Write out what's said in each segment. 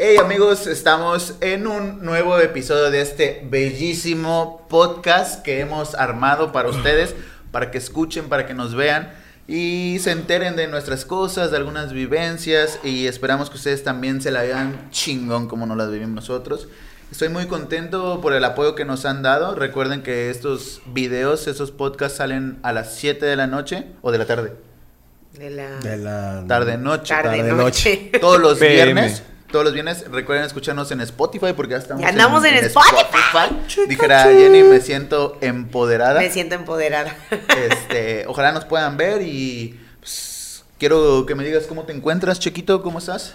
Hey amigos, estamos en un nuevo episodio de este bellísimo podcast que hemos armado para ustedes, para que escuchen, para que nos vean y se enteren de nuestras cosas, de algunas vivencias y esperamos que ustedes también se la vean chingón como nos las vivimos nosotros. Estoy muy contento por el apoyo que nos han dado. Recuerden que estos videos, estos podcasts salen a las 7 de la noche o de la tarde. De la, De la Tarde noche. tarde, tarde, noche. Todos los PM. viernes. Todos los viernes recuerden escucharnos en Spotify porque ya estamos Ya andamos en Spotify. Chuta, Dijera chuta. Jenny, me siento empoderada. Me siento empoderada. Este, ojalá nos puedan ver y pues, quiero que me digas cómo te encuentras, chiquito, ¿cómo estás?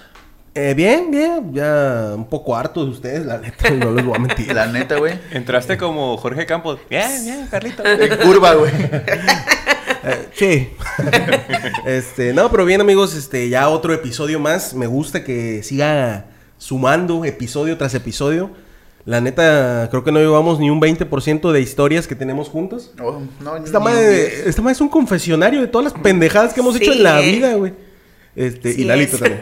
Eh, bien, bien. Ya un poco harto de ustedes, la neta. No les voy a mentir. La neta, güey. Entraste como Jorge Campos. Bien, bien, Carlito. En curva, güey. Eh, sí. este, no, pero bien, amigos. Este, ya otro episodio más. Me gusta que siga sumando episodio tras episodio. La neta, creo que no llevamos ni un 20% de historias que tenemos juntos. No, no, Esta ni- madre, esta madre es un confesionario de todas las pendejadas que hemos hecho Sí, en la eh. vida, güey. Este, Sí y Lalito es. también.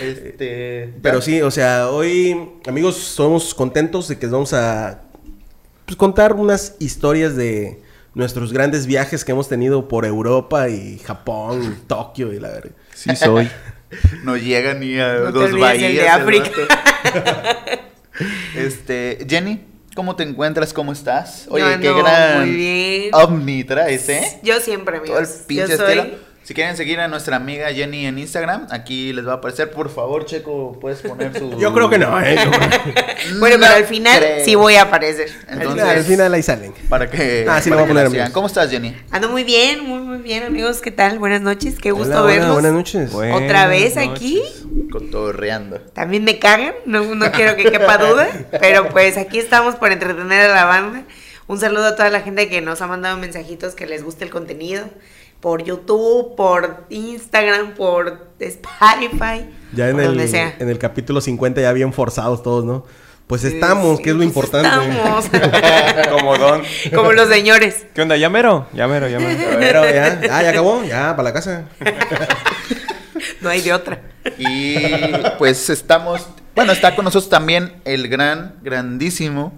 Este, Pero ya. sí, o sea, hoy, amigos, somos contentos de que vamos a pues, contar unas historias de nuestros grandes viajes que hemos tenido por Europa y Japón, y Tokio y la verga. Sí soy. No llega ni a No te dos olvides bahías. el de el África. vato. este, Jenny, ¿cómo te encuentras? ¿Cómo estás? Oye, No, qué no, gran muy bien. ovni traes, ¿Este? ¿eh? Yo siempre, amigos. Todo el pinche Yo soy estilo. Si quieren seguir a nuestra amiga Jenny en Instagram, aquí les va a aparecer. Por favor, Checo, puedes poner su. Yo creo que no, ¿eh? Yo creo que- Bueno, pero al final creo. sí voy a aparecer. Entonces- al final ahí salen. Para que. Ah, para sí, le voy a que poner la sigan. amigos. ¿Cómo estás, Jenny? Ando muy bien, muy, muy bien, amigos. ¿Qué tal? Buenas noches. Qué gusto Hola, hola, verlos. buenas noches. ¿Otra vez aquí? Cotorreando. También me cagan, no, no quiero que quepa duda, pero pues aquí estamos por entretener a la banda. Un saludo a toda la gente que nos ha mandado mensajitos que les gusta el contenido por YouTube, por Instagram, por Spotify, Ya en por el, donde sea. en el capítulo 50 ya bien forzados todos, ¿no? Pues Sí, estamos, que es lo sí, importante. Estamos. Como don. Como los señores. ¿Qué onda? ¿Llamero? Llamero, llamero. Pero ya, ah, ya, ya acabó, ya, para la casa. No hay de otra. Y pues estamos. Bueno, está con nosotros también el gran, grandísimo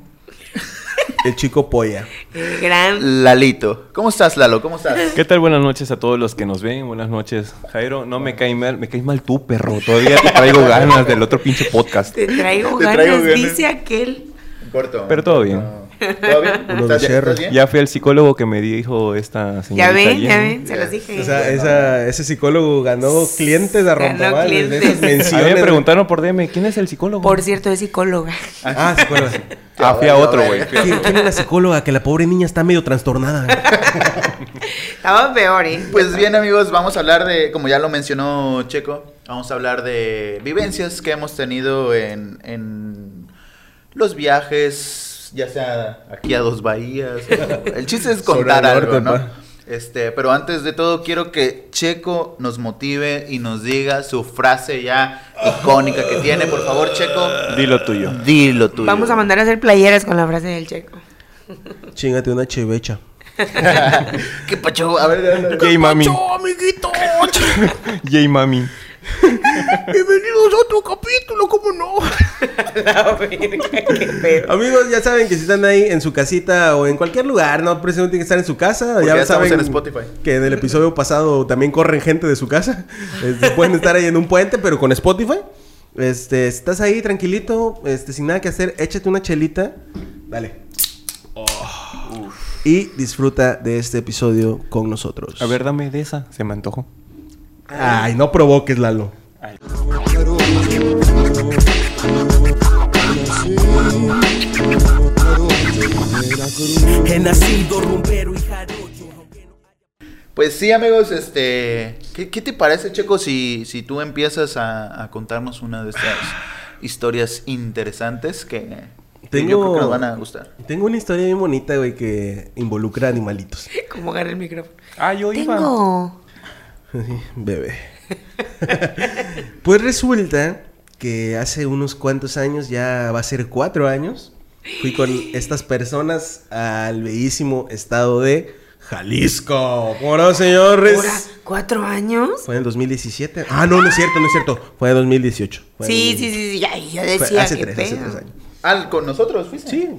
El chico polla. El gran. Lalito. ¿Cómo estás, Lalo? ¿Cómo estás? ¿Qué tal? Buenas noches a todos los que nos ven. Buenas noches, Jairo. No me caes mal, me caes mal tú, perro. Todavía te traigo ganas del otro pinche podcast. Te traigo Te ganas, traigo ganas. dice aquel. Corto. Pero todo bien. ¿Todo bien? Uno de ¿Estás, bien? cerro. ¿Estás bien? Ya fui al psicólogo que me dijo esta señora. Ya ven, ya ven, se Ya. los dije. O sea, esa- ese psicólogo ganó clientes de Eh, Ganó Roncabal, de clientes. esas A mí menciones. me preguntaron por DM, ¿quién es el psicólogo? Por cierto, es psicóloga. Ah, sí, bueno, sí. Ah, fui a otro, güey. fui a- ¿Quién, quién es la psicóloga? Que la pobre niña está medio trastornada. Estaba peor, ¿eh? Pues bien amigos, vamos a hablar de, como ya lo mencionó Checo, vamos a hablar de vivencias que hemos tenido en, en los viajes, ya sea aquí a Dos Bahías. o- El chiste es contar Sobre el norte, algo, ¿no? pa. Este, pero antes de todo quiero que Checo nos motive y nos diga su frase ya icónica que tiene. Por favor, Checo, Dilo tuyo. dilo tuyo. Vamos a mandar a hacer playeras con la frase del checo. Chingate una chevecha. ¿Qué pacho? A ver, a ver, a ver. Yay, mami. amiguito! Yay, mami. ¡Bienvenidos a otro capítulo! ¿Cómo no? Qué pedo. Amigos, ya saben que si están ahí en su casita o en cualquier lugar, no precisamente tienen que estar en su casa. Porque ya ya estamos saben en Spotify. que en el episodio pasado también corren gente de su casa. Este, pueden estar ahí en un puente, pero con Spotify. Este, si estás ahí tranquilito, este, sin nada que hacer, échate una chelita. Dale. Oh. Y disfruta de este episodio con nosotros. A ver, dame de esa. Se me antojó. Ay, no provoques, Lalo. He nacido rumbero y jarocho. Pues sí, amigos, este. ¿Qué, qué te parece, Checo, si, si tú empiezas a, a contarnos una de estas historias interesantes que, que Tengo- yo creo que nos van a gustar? Tengo una historia bien bonita, güey, que involucra animalitos. Como agarra el micrófono. Ah, yo Tengo. Sí, Bebé. pues resulta que hace unos cuantos años, ya va a ser cuatro años, fui con estas personas al bellísimo estado de Jalisco. Bueno, señores. Ahora, ¿Cuatro años? Fue en el 2017. Ah, no, no es cierto, no es cierto. Fue en 2018. Fue en Sí, 2018. sí, sí, sí. Ay, yo Fue decía hace que tres, hace tres años. Al Ah, con nosotros, fuiste. Sí.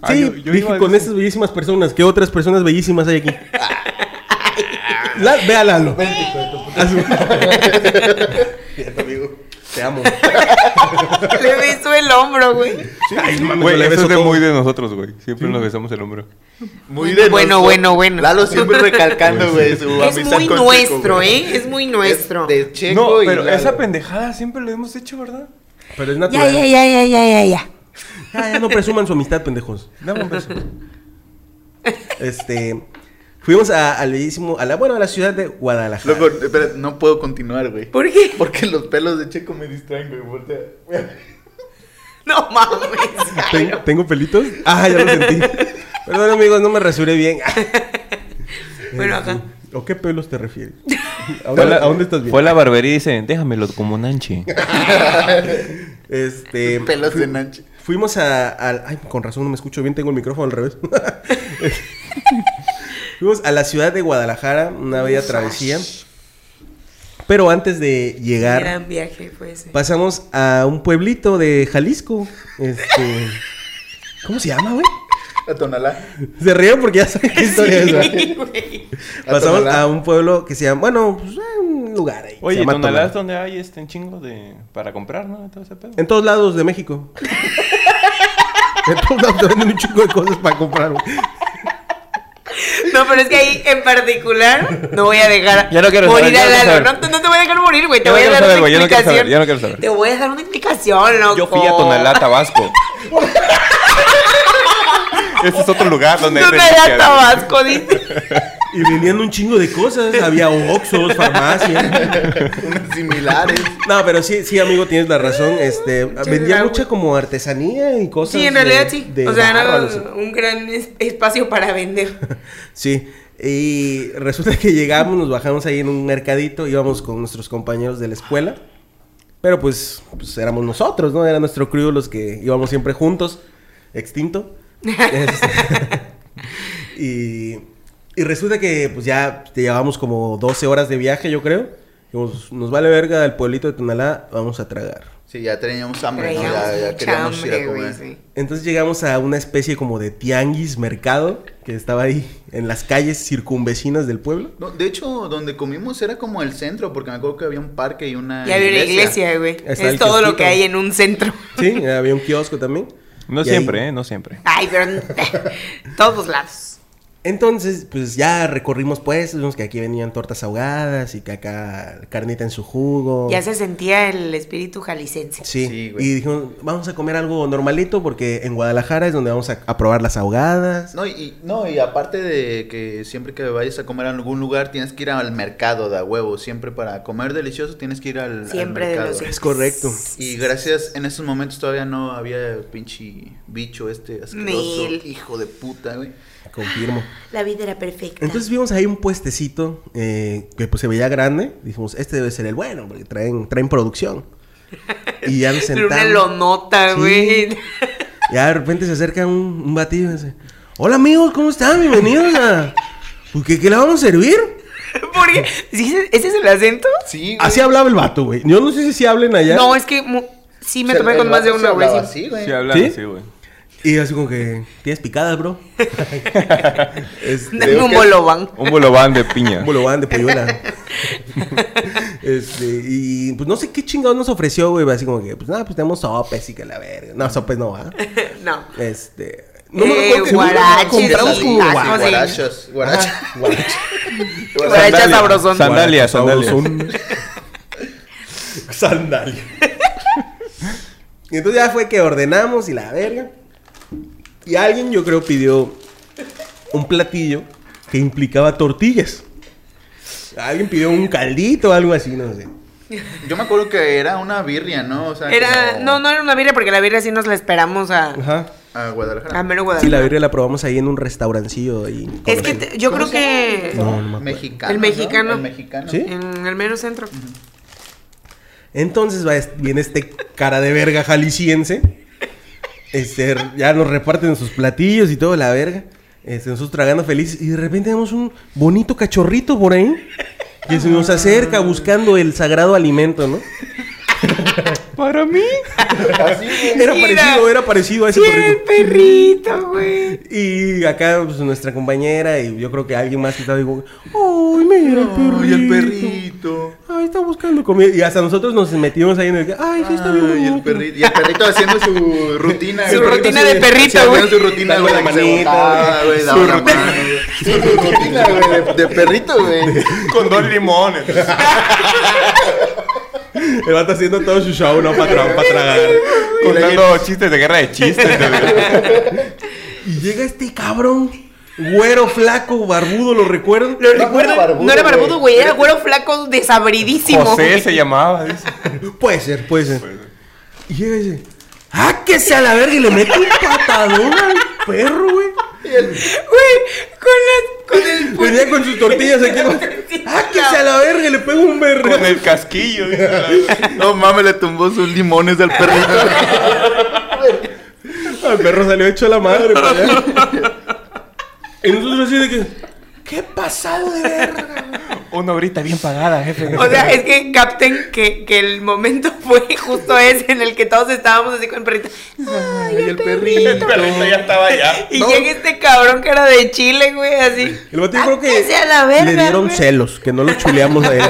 Ah, sí, yo- yo dije iba a con decir- esas bellísimas personas. ¿Qué otras personas bellísimas hay aquí? La, ve a Lalo. Cierto, amigo. Te amo. Le besó el hombro, güey. Ay, no mames, Güey, yo le eso es beso de todo. muy de nosotros, güey. Siempre nos besamos el hombro. Muy de Bueno, nosotros. bueno, bueno. Lalo siempre recalcando, güey, su Es amistad muy con nuestro, Checo, güey. ¿eh? Es muy nuestro. Es de Checo No, y pero Lalo. esa pendejada siempre lo hemos hecho, ¿verdad? Pero es Ya, natural. ya, ya, ya, ya, ya, ya. Ah, ya no presuman su amistad, pendejos. Dame un beso. Este. Fuimos a, al bellísimo. A la, bueno, a la ciudad de Guadalajara. Loco, espera, no puedo continuar, güey. ¿Por qué? Porque los pelos de Checo me distraen, güey. voltea. No mames. ¿Ten- ¿Tengo pelitos? Ah, ya lo sentí. Perdón, amigos, no me rasuré bien. Bueno, ajá. ¿O qué pelos te refieres? ¿A Fue dónde, la- a dónde estás bien? Fue a la barbería y dice, déjamelo como nanche. Este, Pelos de Nanche. Fuimos a, al- Ay, con razón no me escucho bien, tengo el micrófono al revés. Fuimos a la ciudad de Guadalajara, una bella travesía. Pero antes de llegar, Gran viaje fue ese. pasamos a un pueblito de Jalisco. Este, ¿Cómo se llama, güey? A Tonalá. Se rieron porque ya saben qué historia es, güey. Sí, güey. Pasamos Tonalá. a un pueblo que se llama, bueno, pues, eh, un lugar ahí. se Oye, llama Tonalá Eh, Tonalá. es donde hay este un chingo de... Para comprar, ¿no? Todo ese pedo. En todos lados de México. en todos lados te venden un chingo de cosas para comprar. güey. No, pero es que ahí en particular no voy a dejar Ya no quiero morir saber, ya a Lalo. no quiero No, saber. no te voy a dejar morir, güey. Te Ya no voy a quiero dar saber, una güey, ya no quiero explicación. saber, ya no quiero saber. Te voy a dar una explicación, loco. Yo fui a Tonalá, Tabasco. Ese es otro lugar donde... hay Tonalá, reliquia, güey. Tabasco, dice. Y vendían un chingo de cosas. Había Oxxos, farmacias. Unas similares. No, pero sí, sí, amigo, tienes la razón. Este, vendía agua. mucha como artesanía y cosas. Sí, en de- realidad sí. de O sea, barro, era no sé. un gran es- espacio para vender. Sí. Y resulta que llegamos, nos bajamos ahí en un mercadito, íbamos con nuestros compañeros de la escuela. Pero pues, pues éramos nosotros, ¿no? Era nuestro crew los que íbamos siempre juntos, extinto. Este, y, y resulta que pues ya te llevamos como 12 horas de viaje, yo creo. Dijimos, nos vale verga el pueblito de Tonalá, vamos a tragar. Sí, ya teníamos hambre, ¿no? Traíamos Ya, ya mucha queríamos ir hambre, a güey, comer. sí. Entonces llegamos a una especie como de tianguis mercado que estaba ahí en las calles circunvecinas del pueblo. No, de hecho, donde comimos era como el centro, porque me acuerdo que había un parque y Ah, una. Y había una iglesia, güey. Está el Es todo lo kiosquito. que hay en un centro. Sí, había un kiosco también. No Y siempre, ahí- ¿eh? No siempre. Ay, pero todos lados. Entonces, pues ya recorrimos pues, vimos que aquí venían tortas ahogadas y que acá carnita en su jugo. Ya se sentía el espíritu jalicense. Sí, Sí, güey. y dijimos, vamos a comer algo normalito porque en Guadalajara es donde vamos a, a probar las ahogadas. No y, no, y aparte de que siempre que vayas a comer a algún lugar, tienes que ir al mercado de a huevo. Siempre para comer delicioso tienes que ir al, al Siempre de mercado. los Es correcto. Y gracias, en esos momentos todavía no había el pinche bicho este asqueroso. Mil. Hijo de puta, güey. Confirmo. La vida era perfecta. Entonces vimos ahí un puestecito eh, que pues se veía grande. Dijimos, este debe ser el bueno porque traen, traen producción. Y ya nos Pero sentamos. una lonota, Sí. güey. Ya de repente se acerca un, un batido y dice, hola amigos, ¿cómo están? Bienvenidos a... Pues, ¿qué, qué le vamos a servir? Porque, ¿sí? ¿Ese es el acento? Sí, güey. Así hablaba el vato, güey. Yo no sé si sí hablen allá. No, es que mu- sí me Se- tomé el con más de vato se una, güey. hablaba sí. así, güey. Sí, hablan ¿Sí? así, güey. Y así como que, tienes picadas, bro. este, Dame un que- bolobán. Un bolobán de piña. un bolobán de polluela. este, y pues no sé qué chingados nos ofreció, güey. Así como que, pues nada, pues tenemos sopes y que la verga. No, sopes no va. No. Este... Eh, si nos guaraches, compramos sí, como tacos, guau- sí. Guarachas, guarachas. Ajá, guaraches. Guaracha Sandalia, sabrosón. Sandalia, sandalia. Sabrosón. Sandalia. y entonces ya fue que ordenamos y la verga. Y alguien, yo creo, pidió un platillo que implicaba tortillas. Alguien pidió un caldito o algo así, no sé. Yo me acuerdo que era una birria, ¿no? O sea, Era, como no, no era una birria porque la birria sí nos la esperamos a, Ajá. A Guadalajara. a mero Sí, la Guadalajara. birria la probamos ahí en un restaurancillo. ahí es que conocido. te- yo creo que No, no me acuerdo. Mexicano. El ¿no? mexicano. El mexicano. ¿Sí? en el mero centro. Entonces va es- viene este cara de verga jalisciense. Este, ya nos reparten sus platillos y todo la verga. Este, nosotros tragando feliz y de repente vemos un bonito cachorrito por ahí que se nos acerca buscando el sagrado alimento, ¿no? Para mí. Así, güey. Era Mira. parecido, era parecido a ese Sí, era el perrito, perrito. güey. Y acá pues, nuestra compañera y yo creo que alguien más que estaba digo, ¡ay, mira el perrito! Ay, el perrito. ¡Ay, está buscando comida! Y hasta nosotros nos metimos ahí en el... ¡Ay, sí está bien! Ay, el bonito". perrito. Y el perrito haciendo su rutina. Su güey. rutina de Sí, perrito, haciendo güey. Su rutina, güey. Dale la la que se manita, botaba, güey, daba Su la rutina. mano, güey. Su rutina, güey, de- de perrito, güey. Con dos limones. El vato haciendo todo su show, ¿no? Para, tra- para tragar. Contando chistes de guerra de chistes. Y llega este cabrón, güero, flaco, barbudo, lo recuerdo. Lo No, recuerdo. no era barbudo, no era barbudo, güey. güey. Era güero flaco desabridísimo. José güey. se llamaba. dice. Puede ser, puede ser. Y llega y dice, ¡ah, que se a la verga! Y le mete un patadón al perro, güey. Güey, con, la- con el pu- Venía con sus tortillas aquí. Sí, ¡Ah, que se a la verga! Y le pega un verga. Con el casquillo. dice. No mames, le tumbó sus limones al perrito. Al perro salió hecho a la madre, pues para allá. Y nosotros así de que, ¡qué pasado de verga! Una horita bien pagada, jefe. O sea, es que capten que, que el momento fue justo ese en el que todos estábamos así con el perrito. Ay, el, perrito. El perrito ya estaba allá. Y llega este cabrón que era de Chile, güey, así. El vato yo creo que Ándese a la verga, le dieron güey. celos, que no lo chuleamos a él.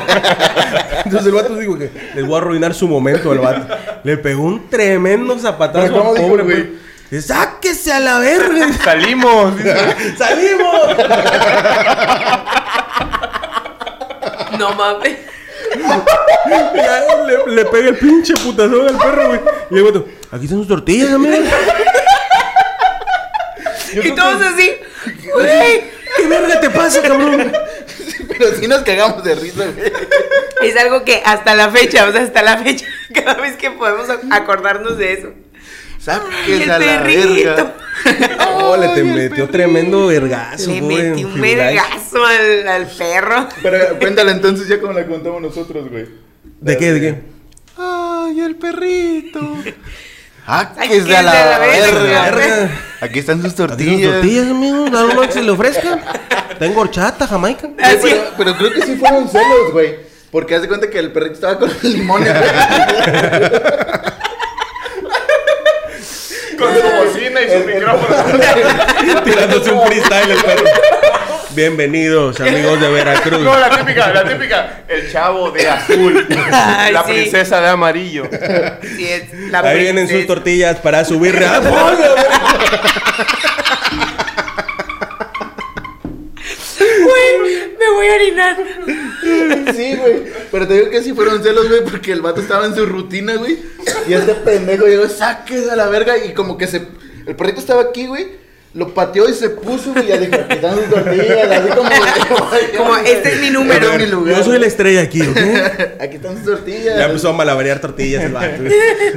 Entonces el vato dijo que les voy a arruinar su momento al vato. Le pegó un tremendo zapatazo Pero ¿cómo al dijo, pobre, güey? güey. Dice, ¡Sáquese a la verga! Salimos. dice. ¡Salimos! No mames. Y ya le, le pega el pinche putazón al perro, güey. Y el vato, aquí están sus tortillas, amigo. Y todos así. Güey. ¿Qué verga te pasa, cabrón? Pero sí nos cagamos de risa, güey. Es algo que hasta la fecha, o sea, hasta la fecha, cada vez que podemos ac- acordarnos de eso. Ay, Sáquese el a la perrito. verga. No, Oh, le te metió tremendo vergazo, Le pobre. metí un Firulais. vergazo al, al perro. Pero cuéntala entonces ya como la contamos nosotros, güey. ¿De qué? ¿De qué? Ay, el perrito. Ah, Sáquese Sáquese a a la la verga. verga. Verga. Aquí están sus Aquí están sus tortillas. tortillas, amigo. Dale uno que se le ofrezca. Tengo horchata, jamaica. Güey, Así. Pero, pero creo que sí fueron celos, güey. Porque haz de cuenta que el perrito estaba con los limones. Con su bocina y su micrófono. Tirándose un freestyle el perro. Bienvenidos, amigos de Veracruz. No, la típica, la típica. El chavo de azul. Ay, la sí. princesa de amarillo. Sí, es la Ahí vienen sus princesa. tortillas para subir. ¡Ah, Güey, me voy a orinar. sí, güey. Pero te digo que sí fueron celos, güey, porque el vato estaba en su rutina, güey. Y este pendejo llegó, sáquese a la verga. Y como que se. El perrito estaba aquí, güey. Lo pateó y se puso, güey. Ya dijo, aquí están sus tortillas. Así como. Como, este es mi número. Este es mi lugar. Yo soy la estrella aquí, ¿ok? Aquí están sus tortillas. Ya empezó a malabarear tortillas el vato.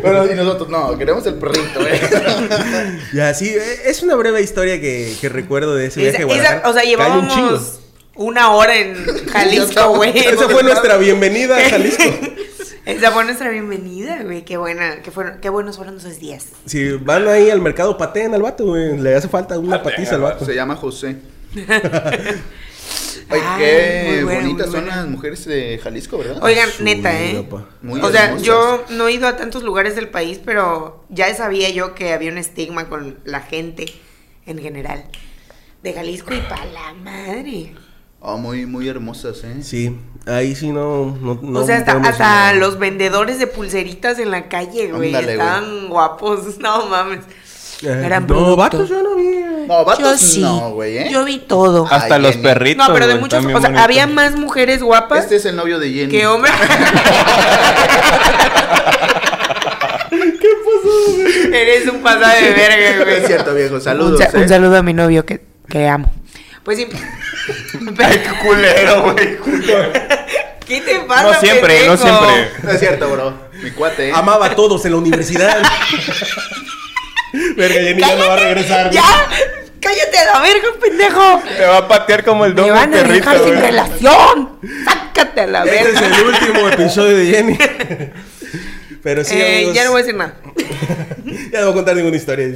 Pero y nosotros, no, queremos el perrito, güey. Y así, eh, es una breve historia que, que recuerdo de ese Esa- viaje. a esa- Guadalajara, o sea, que hay un llevábamos chingo. una hora en Jalisco, güey. Esa fue nuestra bienvenida a Jalisco. Esa fue nuestra bienvenida, güey. Qué buena, qué, fueron, qué buenos fueron esos días. Si van ahí al mercado, pateen al vato, güey. Le hace falta una patiza al vato. Se llama José. Ay, Ay, muy qué buena, bonitas muy son buena. las mujeres de Jalisco, ¿verdad? Oigan, su neta, ¿eh? ropa. Muy o sea, hermosas. yo no he ido a tantos lugares del país, pero ya sabía yo que había un estigma con la gente en general. De Jalisco y pa' la madre. Ah, muy, muy hermosas, ¿eh? Sí, ahí sí no. no, no o sea, hasta, podemos hasta hablar. los vendedores de pulseritas en la calle, güey. Ándale, güey. Estaban guapos. No mames. Eh, eran No, brutos. vatos yo no vi. No, vatos no, güey, ¿eh? Yo vi todo. Ah, Hasta Ay, los Jenny. perritos. no, pero de güey, muchos. están O sea, bien había bonitos. más mujeres guapas Este es el novio de Jenny. que hombres. ¿Qué pasó, güey? Eres un pasado de verga, güey. Es cierto, viejo. Saludos, un, sa- ¿eh? un saludo a mi novio que, que amo. Pues sí. Ay, qué culero, güey. ¿Qué te pasa? No siempre, no pendejo? siempre. No es cierto, bro. Mi cuate, ¿eh? Amaba a todos en la universidad. Verga, Jenny ya no va a regresar. ¡Ya! ¡Cállate a la verga, pendejo! Te va a patear como el ¡Me doble van a perrito, dejar sin güey. relación! ¡Sácate a la Este es verga! el último episodio de Jenny. Pero sí, Eh, amigos, ya no voy a decir nada. ya no voy a contar ninguna historia.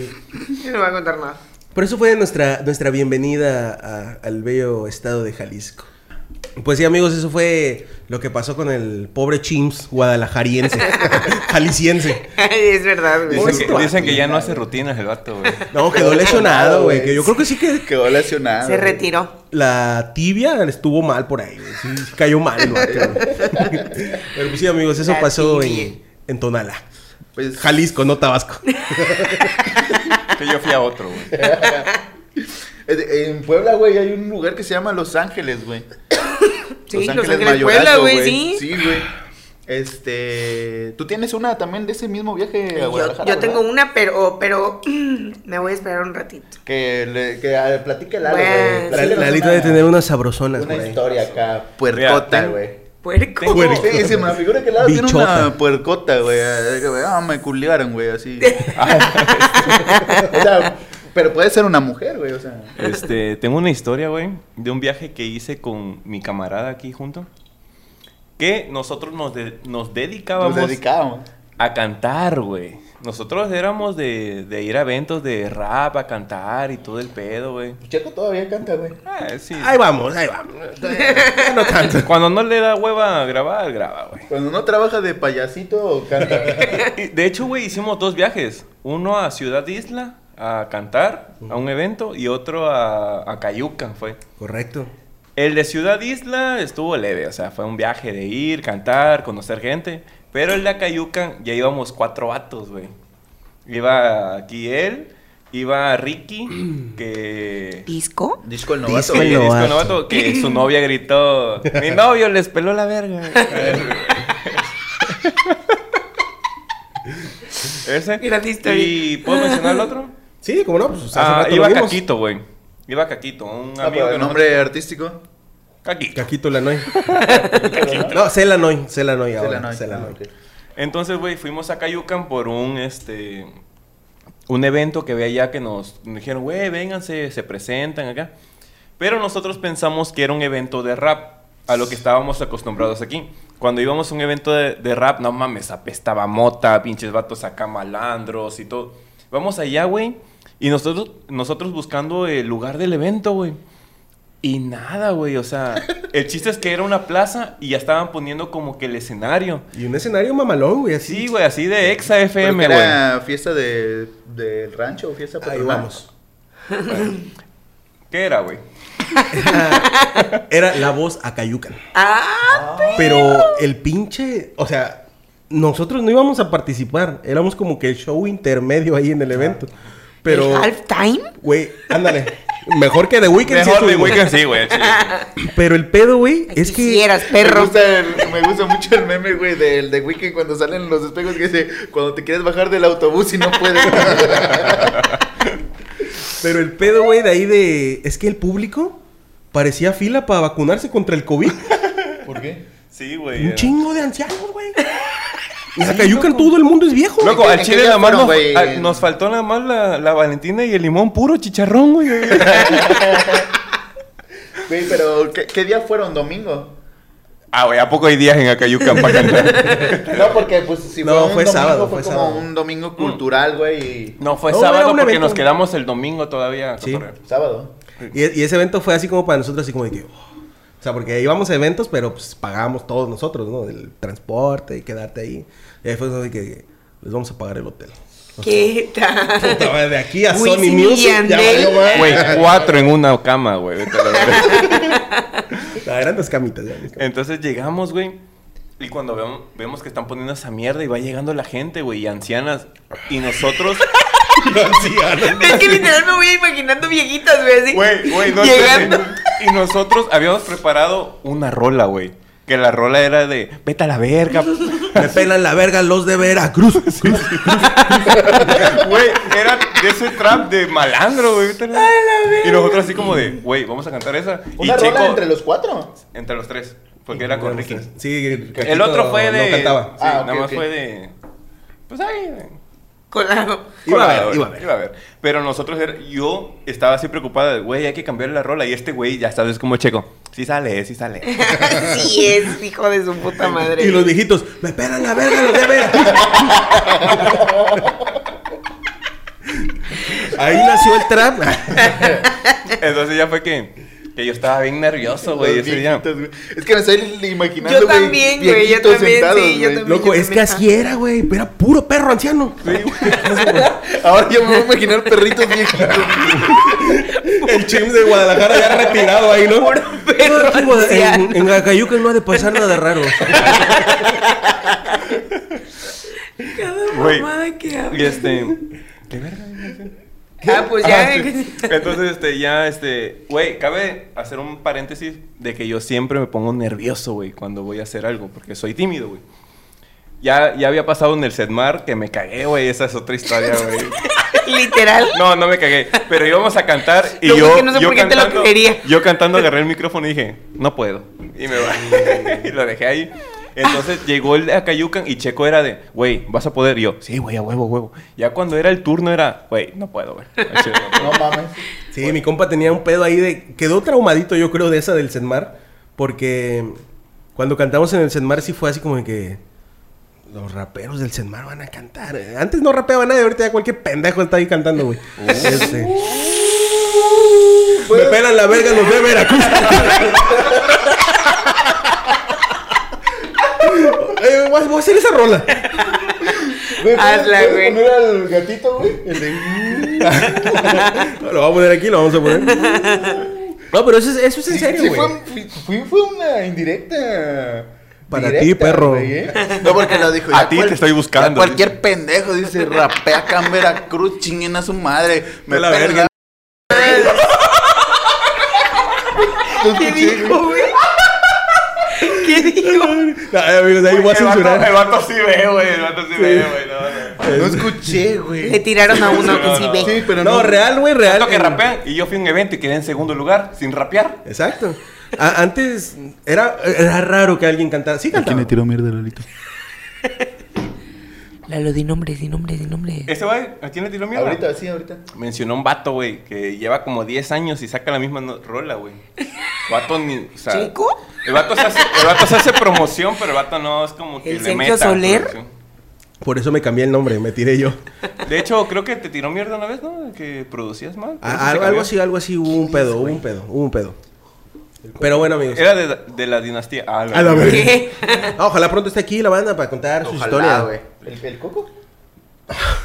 Ya no voy a contar nada. Pero eso fue nuestra, nuestra bienvenida a- al bello estado de Jalisco. Pues sí, amigos, eso fue lo que pasó con el pobre Chimps guadalajariense, jalisciense. es verdad, güey. Dicen que, Hostia. dicen que ya no hace rutinas el vato, güey. No, quedó lesionado, güey. Que yo creo que sí que Quedó lesionado. Se retiró. la tibia estuvo mal por ahí, güey. Sí, sí cayó mal, güey. Pero pues sí, amigos, eso La pasó tibia. en, en Tonala. Pues, Jalisco, no Tabasco. Que yo fui a otro, güey. eh, en Puebla, güey, hay un lugar que se llama Los Ángeles, güey. Sí, Los Ángeles, Puebla, Mayorazgo, güey, sí. Sí, güey. Este, tú tienes una también de ese mismo viaje a Yo, Guadalajara. yo tengo ¿verdad? una, pero, pero me voy a esperar un Pues, ratito. que le que ah, platique el algo, Bueno, güey. La, Platícanos Lalito debe tener unas sabrosonas, una güey. historia acá puercota, tengo- güey. Puerco. Puerco. Sí, se me figura que el lado tiene Bichota. una puercota, güey. así que, güey, Ah, me culiaron, güey, así. o sea, pero puede ser una mujer, güey, o sea. Este, tengo una historia, güey, de un viaje que hice con mi camarada aquí junto. Que nosotros nos, de- nos dedicábamos Nos dedicábamos. a cantar, güey. Nosotros éramos de, de ir a eventos de rap, a cantar y todo el pedo, güey. Checo todavía canta, güey. Ah, sí. Ahí vamos, ahí vamos. Ya No tanto. Cuando no le da hueva grabar, graba, güey. Cuando no trabaja de payasito, canta. Y De hecho, güey, hicimos dos viajes. Uno a Ciudad Isla a cantar a un evento y otro a, a Cayuca, fue. Correcto. El de Ciudad Isla estuvo leve, o sea, fue un viaje de ir, cantar, conocer gente. Pero el de Acayuca ya íbamos cuatro vatos, güey. Iba aquí él, iba Ricky, que... ¿Disco? Disco el novato, novato. Disco el Oye, disco novato. novato, que su novia gritó, mi novio les peló la verga. Ese. Gran historia. ¿Y puedo mencionar el otro? Sí, como no, pues hace Ah, rato lo iba vimos. pues, Caquito, güey. Iba Caquito, un Ah, amigo pero que el no- nombre artístico. Caquito. Caquito Lanoy. no, Celanoy, Celanoy ahora. Selanoy. Celanoy. Entonces, güey, fuimos a Cayucan por un, este, un evento que había allá que nos, nos dijeron, güey, vénganse, se presentan acá. Pero nosotros pensamos que era un evento de rap, a lo que estábamos acostumbrados aquí. Cuando íbamos a un evento de, de rap, no mames, apestaba mota, pinches vatos acá malandros y todo. Vamos allá, güey, y nosotros, nosotros buscando el lugar del evento, güey. Y nada, güey, o sea, el chiste es que era una plaza y ya estaban poniendo como que el escenario. Y un escenario mamalón, güey, así. Sí, güey, así de exa Pero que FM, güey. era fiesta de, del rancho o fiesta Ahí patronal. vamos. ¿Qué era, güey? Era la voz a Cayucan. Ah, Pero el pinche, o sea, nosotros no íbamos a participar. Éramos como que el show intermedio ahí en el evento. Pero, ¿Half Time? güey, ándale. Mejor que The Weeknd. sí Mejor de estuvo. Weekend, sí, güey. sí. Pero el pedo, güey, es que... Quisieras, Me perro. gusta, el- me gusta mucho el meme, güey, del de Weekend cuando salen los espejos que dice, cuando te quieres bajar del autobús y no puedes. Pero el pedo, güey, de ahí de... Es que el público parecía fila para vacunarse contra el COVID. ¿Por qué? Sí, güey. Un era. chingo de ancianos, güey. Y a Cayucan todo el mundo es viejo. güey. Loco, ¿En qué- al en chile qué nada más fueron, nos, güey? a- nos faltó nada más la, la Valentina y el limón puro chicharrón, güey. Güey, pero ¿qué, qué día fueron? ¿Domingo? ah, güey, ¿a poco hay días en Acayucan para cantar? No, porque pues si No, fue un fue domingo sábado, fue, fue como sábado. un domingo cultural, güey, y... No, fue No, era sábado un porque evento. nos quedamos el domingo todavía. a Sí. cotorrear. sábado. Y, e- y ese evento fue así como para nosotros, así como de que... oh. O sea, porque íbamos a eventos, pero pues pagábamos todos nosotros, ¿no? El transporte y quedarte ahí. Y ahí fue como de que les vamos a pagar el hotel. ¿Qué tal? Puta madre, De aquí a Wisin Sony y Music. Ya Yandel. valió madre. Güey, cuatro en una cama, güey. vete a la verga. Ah, eran dos camitas. eran dos camitas. Entonces llegamos, güey. Y cuando vemos, vemos que están poniendo esa mierda y va llegando la gente, güey, y ancianas. Y nosotros... Es que literal me voy imaginando viejitas, güey, así. Güey, güey, no Llegando. espérate. Y nosotros habíamos preparado una rola, güey. Que la rola era de, vete a la verga. Me pelan la verga los de Veracruz. Cruz. Güey, era de ese trap de malandro, güey. vete a la- Y nosotros así como de, güey, vamos a cantar esa. ¿Una y rola Checo- entre los cuatro? entre los tres. Porque era con Ricky. Sí, El otro fue de... No cantaba. Sí, Ah, ok, nada más ok. fue de... Pues ahí... Colado. Iba a ver, Colado, iba a ver. Pero nosotros, era- yo estaba así preocupada de, güey, hay que cambiar la rola. Y este güey, ya sabes cómo checo. Sí sale, sí sale. Así es, hijo de su puta madre. Y los viejitos, me pelan la verga los de Veracruz. Ahí nació el trap. Entonces ya fue que, que yo estaba bien nervioso, güey, Los ese día. viejitos, güey. Es que me estoy imaginando, Yo güey, también, güey, yo viejitos también, sentados, sí, yo güey. también. Loco, es que así era, güey. Era puro perro anciano. Ahora yo me voy a imaginar perritos viejitos. El chims de Guadalajara ya retirado ahí, ¿no? Puro perro anciano. En, en Acayuca no ha de pasar nada raro. Cada Güey, mamada que habla. Y este. Ah, pues ya. Ah, sí. Entonces, este, ya, este. Güey, cabe hacer un paréntesis de que yo siempre me pongo nervioso, güey, cuando voy a hacer algo, porque soy tímido, güey. Ya, ya había pasado en el Sedmar que me cagué, güey. Esa es otra historia, güey. Literal. No, no me cagué. Pero íbamos a cantar y Lo que yo. es que no sé yo por qué te lo cantando- creería. Yo cantando agarré el micrófono y dije, no puedo. Y me va. y lo dejé ahí. Entonces llegó el de Acayucan y Checo era de, güey, vas a poder. Y yo, sí, güey, a huevo, huevo. Ya cuando era el turno era, güey, no puedo, güey. Al chile no puedo". No mames. Sí, mi compa tenía un pedo ahí de... Quedó traumadito, yo creo, de esa del Senmar. Porque cuando cantamos en el Senmar sí fue así como de que... Los raperos del Senmar van a cantar. Antes no rapeaba nadie, ahorita ya cualquier pendejo está ahí cantando, güey. Este, pues. Me pelan la verga los de Veracruz. Eh, voy a- voy a hacer esa rola. Güey, Hazla, ¿puedes güey. poner al gatito, güey? El de- Lo vamos a poner aquí, lo vamos a poner. No, pero eso es, eso es en Sí, serio, sí, güey. fue, fui- fui- fue una indirecta. Para ti, perro. güey, ¿eh? No, porque lo dijo. A ya ti te cual- estoy buscando, ya Cualquier pendejo dice rapea acá en Veracruz, chinguen a su madre. Me A la pela verga. Lo escuché, güey. ¿Qué dijo? Ay, eh, amigos, ahí voy a El vato- censurar. El vato sí ve, güey. El vato sí ve, güey. No, no. No escuché, Le güey. tiraron a uno que No, sí no. ve. Sí, pero no, real, güey, real. Tanto que Eh, rapean y yo fui a un evento y quedé en segundo lugar sin rapear. Exacto. A- antes era, era raro que alguien cantara. Sí, ¿Quién cantaba. le tiró mierda, Lolito? Lalo, di nombre, di nombre, di nombre. Ese güey, ¿a quién le tiró mierda? Ahorita, sí, ahorita. Mencionó un vato, güey, que lleva como 10 años y saca la misma no- rola, güey. Vato ni. O sea, ¿Chico? El vato, se hace, el vato se hace promoción, pero el vato no es como que ¿El le Sergio meta. Soler? producción. Por eso me cambié el nombre, me tiré yo. De hecho, creo que te tiró mierda una vez, ¿no? Que producías mal. por A- eso se Ah, algo, cambió. algo así, algo así. Hubo un pedo, hubo un pedo, hubo un pedo. Pero bueno, amigos. Era de, de la dinastía. Ah, A la verga. ¿Qué? Ah, ojalá pronto esté aquí la banda para contar sus Ojalá, historias. güey. ¿El, el coco?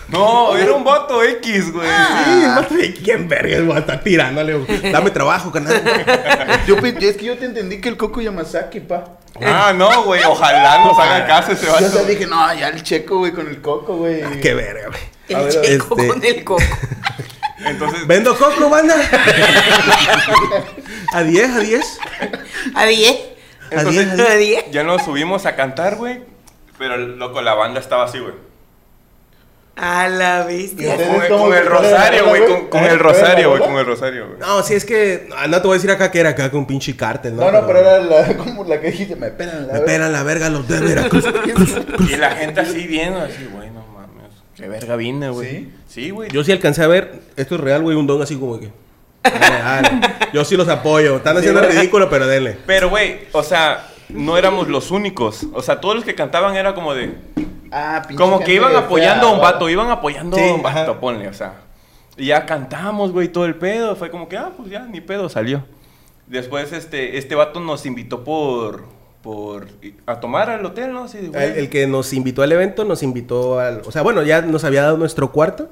No, era un vato X, güey. Ah. Sí, el vato de quién verga voy a estar tirándole. güey? Dame trabajo, canal. Yo, pe- es que yo te entendí que el coco Yamazaki, pa. Ah, no, güey. Ojalá nos haga caso ese Yo vato. te dije, no, ya el checo, güey, con el coco, güey. Ah, Qué verga, güey. A El ver, checo este- con el coco. Entonces, Vendo coco, banda. a 10, a 10. A ¿eh? 10. A 10, Entonces- a 10. diez. ya nos subimos a cantar, güey. Pero, loco, la banda estaba así, güey. A la bestia. Con, Ustedes el- cómo con el se ponen rosario, la güey. bola, Con, con ¿eh? el ¿Ponen rosario, güey. la Con bola? el rosario, güey. No, sí, es que. ah, No te voy a decir acá que era acá con pinche cártel, ¿no? No, no, pero era la, como la que dijiste, me pelan la Me verga. pelan la verga los de Veracruz. Y la gente así viendo, así, güey, no mames. Qué verga vine, güey. ¿Sí? Sí, güey. Yo sí alcancé a ver, esto es real, güey, un don así como que. Dale, dale. Yo sí los apoyo. Están haciendo el ridículo, pero denle. Pero, güey, o sea, no éramos los únicos. O sea, todos los que cantaban era como de. Ah, pinche Como que gente iban fea, apoyando a un güey. vato, iban apoyando Sí, a un vato, ajá. ponle, o sea. Y ya cantamos, güey, todo el pedo. Fue como que, ah, pues ya, ni pedo, salió. Después, este, este vato nos invitó por. por. a tomar al hotel, ¿no? Así de, güey. El, el que nos invitó al evento nos invitó al. O sea, bueno, ya nos había dado nuestro cuarto.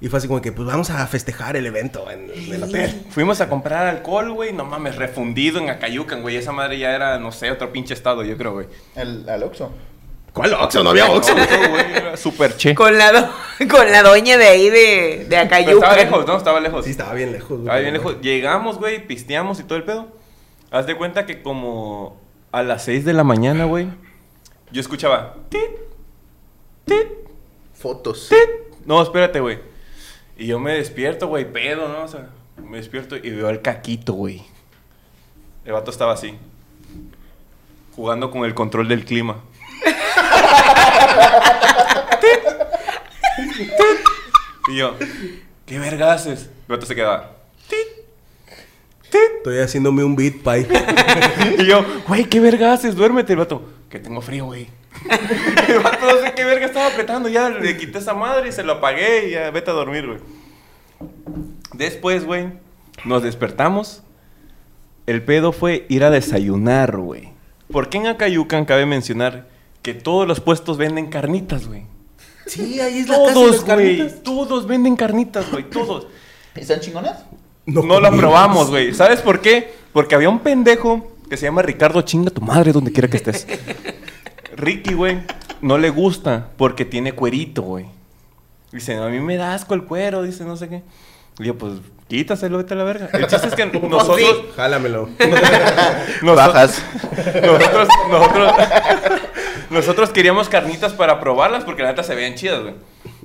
Y fue así como que, pues vamos a festejar el evento en, en el hotel. Fuimos a comprar alcohol, güey, no mames, refundido en Acayucan, güey. Esa madre ya era, no sé, otro pinche estado, yo creo, güey. Al, al Oxxo. ¿Cuál Oxxo? No había Oxxo. Oxxo, güey, era Super che. Con la, do- con la doña de ahí de, de Pero Acayuca. estaba lejos, ¿no? Estaba lejos. Sí, estaba bien lejos, güey. Estaba bien lejos. Llegamos, güey, pisteamos y todo el pedo. Haz de cuenta que como a las 6 de la mañana, güey, yo escuchaba... "Tit, tit, Fotos. tit". No, espérate, güey. Y yo me despierto, güey, pedo, ¿no? O sea, me despierto y veo al caquito, güey. El vato estaba así. Jugando con el control del clima. Y yo, ¿qué verga haces? El vato se quedaba. Estoy haciéndome un beat, pie. Y yo, güey, ¿qué verga haces? Duérmete. El vato, que tengo frío, güey. El vato no sé qué verga estaba apretando. Ya le quité esa madre y se lo apagué y ya vete a dormir, güey. Después, güey, nos despertamos. El pedo fue ir a desayunar, güey. Porque en Acayucan cabe mencionar que todos los puestos venden carnitas, güey. Sí, ahí es la casa de Todos, las güey. carnitas. Todos venden carnitas, güey. Todos. ¿Están chingonas? No, la probamos, güey. ¿Sabes por qué? Porque había un pendejo que se llama Ricardo Chinga tu madre donde quiera que estés. Ricky, güey, no le gusta porque tiene cuerito, güey. Dice, a mí me da asco el cuero, dice, no sé qué. Y yo, pues, quítaselo, vete a la verga. El chiste es que nosotros... Jálamelo. Noso- Bajas. Nosotros, nosotros, nosotros queríamos carnitas para probarlas porque la neta se veían chidas, güey.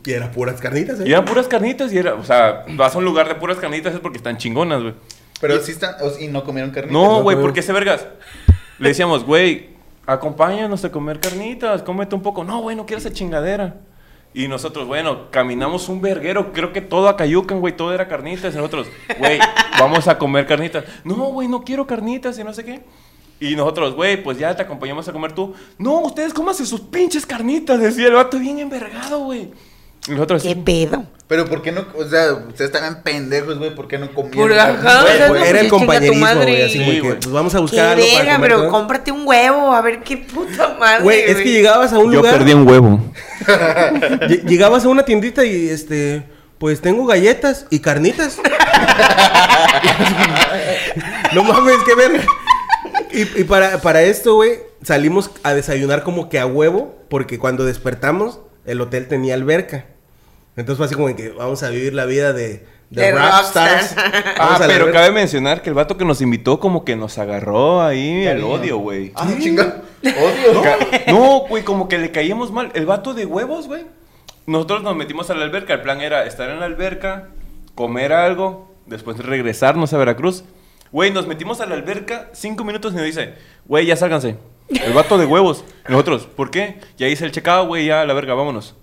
Y era puras carnitas, Y ¿eh? eran puras carnitas y era, o sea, vas a un lugar de puras carnitas es porque están chingonas, güey. Pero sí están. o- y no comieron carnitas. No, no güey, comieron. porque ese vergas. Le decíamos, güey, acompáñanos a comer carnitas, cómete un poco. No, güey, no quiero esa chingadera. Y nosotros, bueno, caminamos un verguero, creo que todo acayucan, güey, todo era carnitas. Y nosotros, güey, vamos a comer carnitas. No, güey, no quiero carnitas y no sé qué. Y nosotros, güey, pues ya te acompañamos a comer tú. No, ustedes cómanse sus pinches carnitas, decía el vato bien envergado, güey. Y nosotros, ¿Qué pedo? Pero ¿por qué no? O sea, ustedes estaban pendejos, güey. ¿Por qué no comieron? Pura- carnitas? ajá, o sea, güey. no- Era el Chinga tu compañerismo, madre. güey. Así Sí, como que, güey. pues vamos a Qué buscar algo para verga, comer. pero ¿no? cómprate un huevo, a ver qué puta madre. Güey, es que llegabas a un yo lugar. perdí un huevo. lle- Llegabas a una tiendita y este. Pues tengo galletas y carnitas. no mames, qué verga. Y, y para, para esto, güey, salimos a desayunar como que a huevo, porque cuando despertamos, el hotel tenía alberca. Entonces fue así como que vamos a vivir la vida de, de, De rockstar. rockstars. Ah, Vamos a la pero alberca. cabe mencionar que el vato que nos invitó como que nos agarró ahí el odio, güey. Ah, chinga. Odio. Ca- No, güey, como que le caímos mal. El vato de huevos, güey. Nosotros nos metimos a la alberca. El plan era estar en la alberca, comer algo, después regresarnos a Veracruz. Güey, nos metimos a la alberca cinco minutos y nos dice, güey, ya sálganse. El vato de huevos. Nosotros, ¿por qué? Ya hice el checado, güey, ya a la verga, vámonos.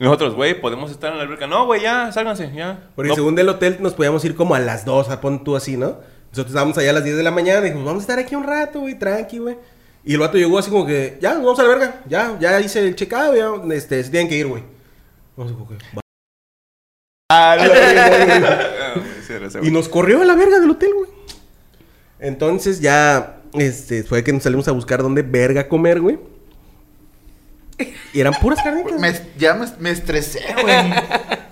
Nosotros, güey, podemos estar en la alberca. No, güey, ya, sálganse, ya. Porque No, según del hotel nos podíamos ir como a las 2, a pon tú así, ¿no? Nosotros estábamos allá a las 10 de la mañana y dijimos, vamos a estar aquí un rato, güey, tranqui, güey. Y el vato llegó así como que, ya, vamos a la verga, ya, ya hice el checado, ya, este, se tienen que ir, güey. Vamos como que, "Va". Ah, la verga, güey. Sí, era ese, güey. Y nos corrió a la verga del hotel, güey. Entonces ya, este, fue que nos salimos a buscar dónde verga comer, güey. Y eran puras carnitas. Me, ya me, me estresé, güey.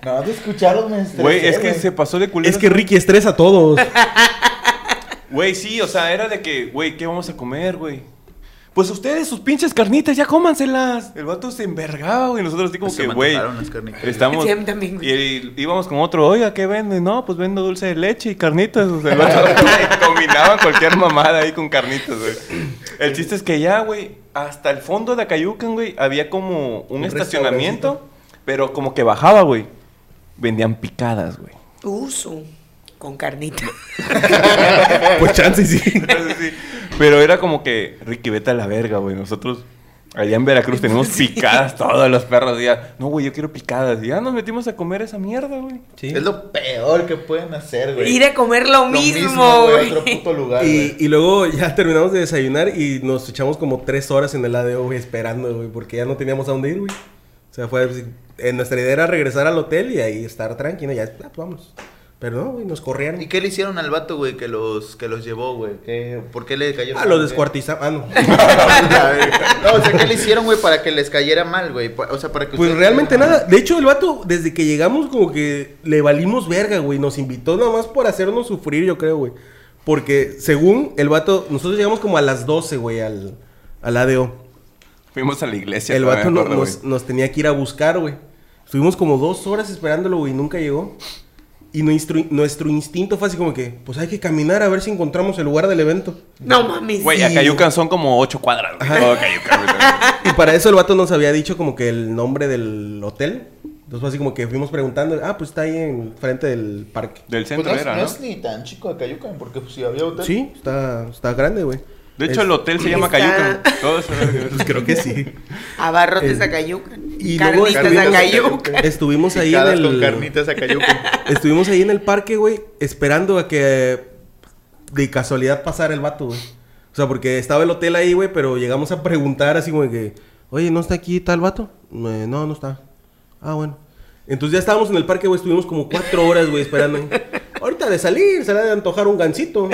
No, te escucharon, me estresé. Güey, es que güey. se pasó de culero. Es que Ricky estresa a todos. Güey, sí, o sea, era de que, güey, ¿qué vamos a comer, güey? Pues ustedes, sus pinches carnitas, ya cómanselas. El vato se envergaba, güey. Nosotros así como Pues Se que, me güey. antojaron las carnitas. Estamos. Sí, a mí también, güey. y, y íbamos con otro, oiga, ¿qué venden? No, pues vendo dulce de leche y carnitas. O sea, el vato combinaba cualquier mamada ahí con carnitas, güey. El chiste es que ya, güey, hasta el fondo de Acayucan, güey, había como un, Un estacionamiento, pero como que bajaba, güey. Vendían picadas, güey. Uso. Con carnita. pues chance, sí. Entonces, sí. Pero era como que, Ricky, vete a la verga, güey. Nosotros allá en Veracruz tenemos picadas todos los perros. Y ya, no, güey, yo quiero picadas. Y ya nos metimos a comer esa mierda, güey. Sí. Es lo peor que pueden hacer, güey. Ir a comer lo, Lo mismo, Otro güey. puto lugar, Y, güey. y luego ya terminamos de desayunar y nos echamos como tres horas en el ADO, güey, esperando, güey, porque ya no teníamos a dónde ir, güey. O sea, fue así, eh, nuestra idea era regresar al hotel y ahí estar tranquilo, ya, ah, pues, vamos. Pero no, güey, nos corrieron. ¿Y qué le hicieron al vato, güey, que los, que los llevó, güey? ¿Qué- ¿Por qué le cayó? Ah, lo descuartizamos. Ah, no. Pues, no, o sea, ¿qué le hicieron, güey, para que les cayera mal, güey? Pa- O sea, para que Pues ustedes- realmente nada. De hecho, el vato, desde que llegamos, como que le valimos verga, güey. Nos invitó nada más por hacernos sufrir, yo creo, güey. Porque según el vato, nosotros llegamos como a las 12, güey, al, al ADO. Fuimos a la iglesia. el todavía vato me no- acuerdo, nos, güey. nos tenía que ir a buscar, güey. Estuvimos como dos horas esperándolo, güey, y nunca llegó. Y nuestro, nuestro instinto fue así como que, pues hay que caminar a ver si encontramos el lugar del evento. No mames. Güey, y- Acayucan son como ocho cuadras, güey. Todo Acayucan, güey. Y para eso el vato nos había dicho como que el nombre del hotel. Entonces fue así como que fuimos preguntando, ah, pues está ahí en frente del parque. Del Pues centro no, es- era, no ¿no? es ni tan chico de Cayucan, porque pues, si había hotel. Sí, está, está grande, güey. De hecho, el hotel se llama Está- Acayucan. Todos Pues creo que sí. Abarrotes Eh, a cayuca. y luego Carnitas estuvimos- a cayuca. Estuvimos ahí en Picadas el... con carnitas a Cayucan. Estuvimos ahí en el parque, güey, esperando a que de casualidad pasara el vato, güey. O sea, porque estaba el hotel ahí, güey, pero llegamos a preguntar así como que, oye, ¿no está aquí tal vato? "Eh, no, no está. Ah, bueno. Entonces ya estábamos en el parque, güey, estuvimos como cuatro horas, güey, esperando. Ahorita de salir, se le ha de antojar un gancito.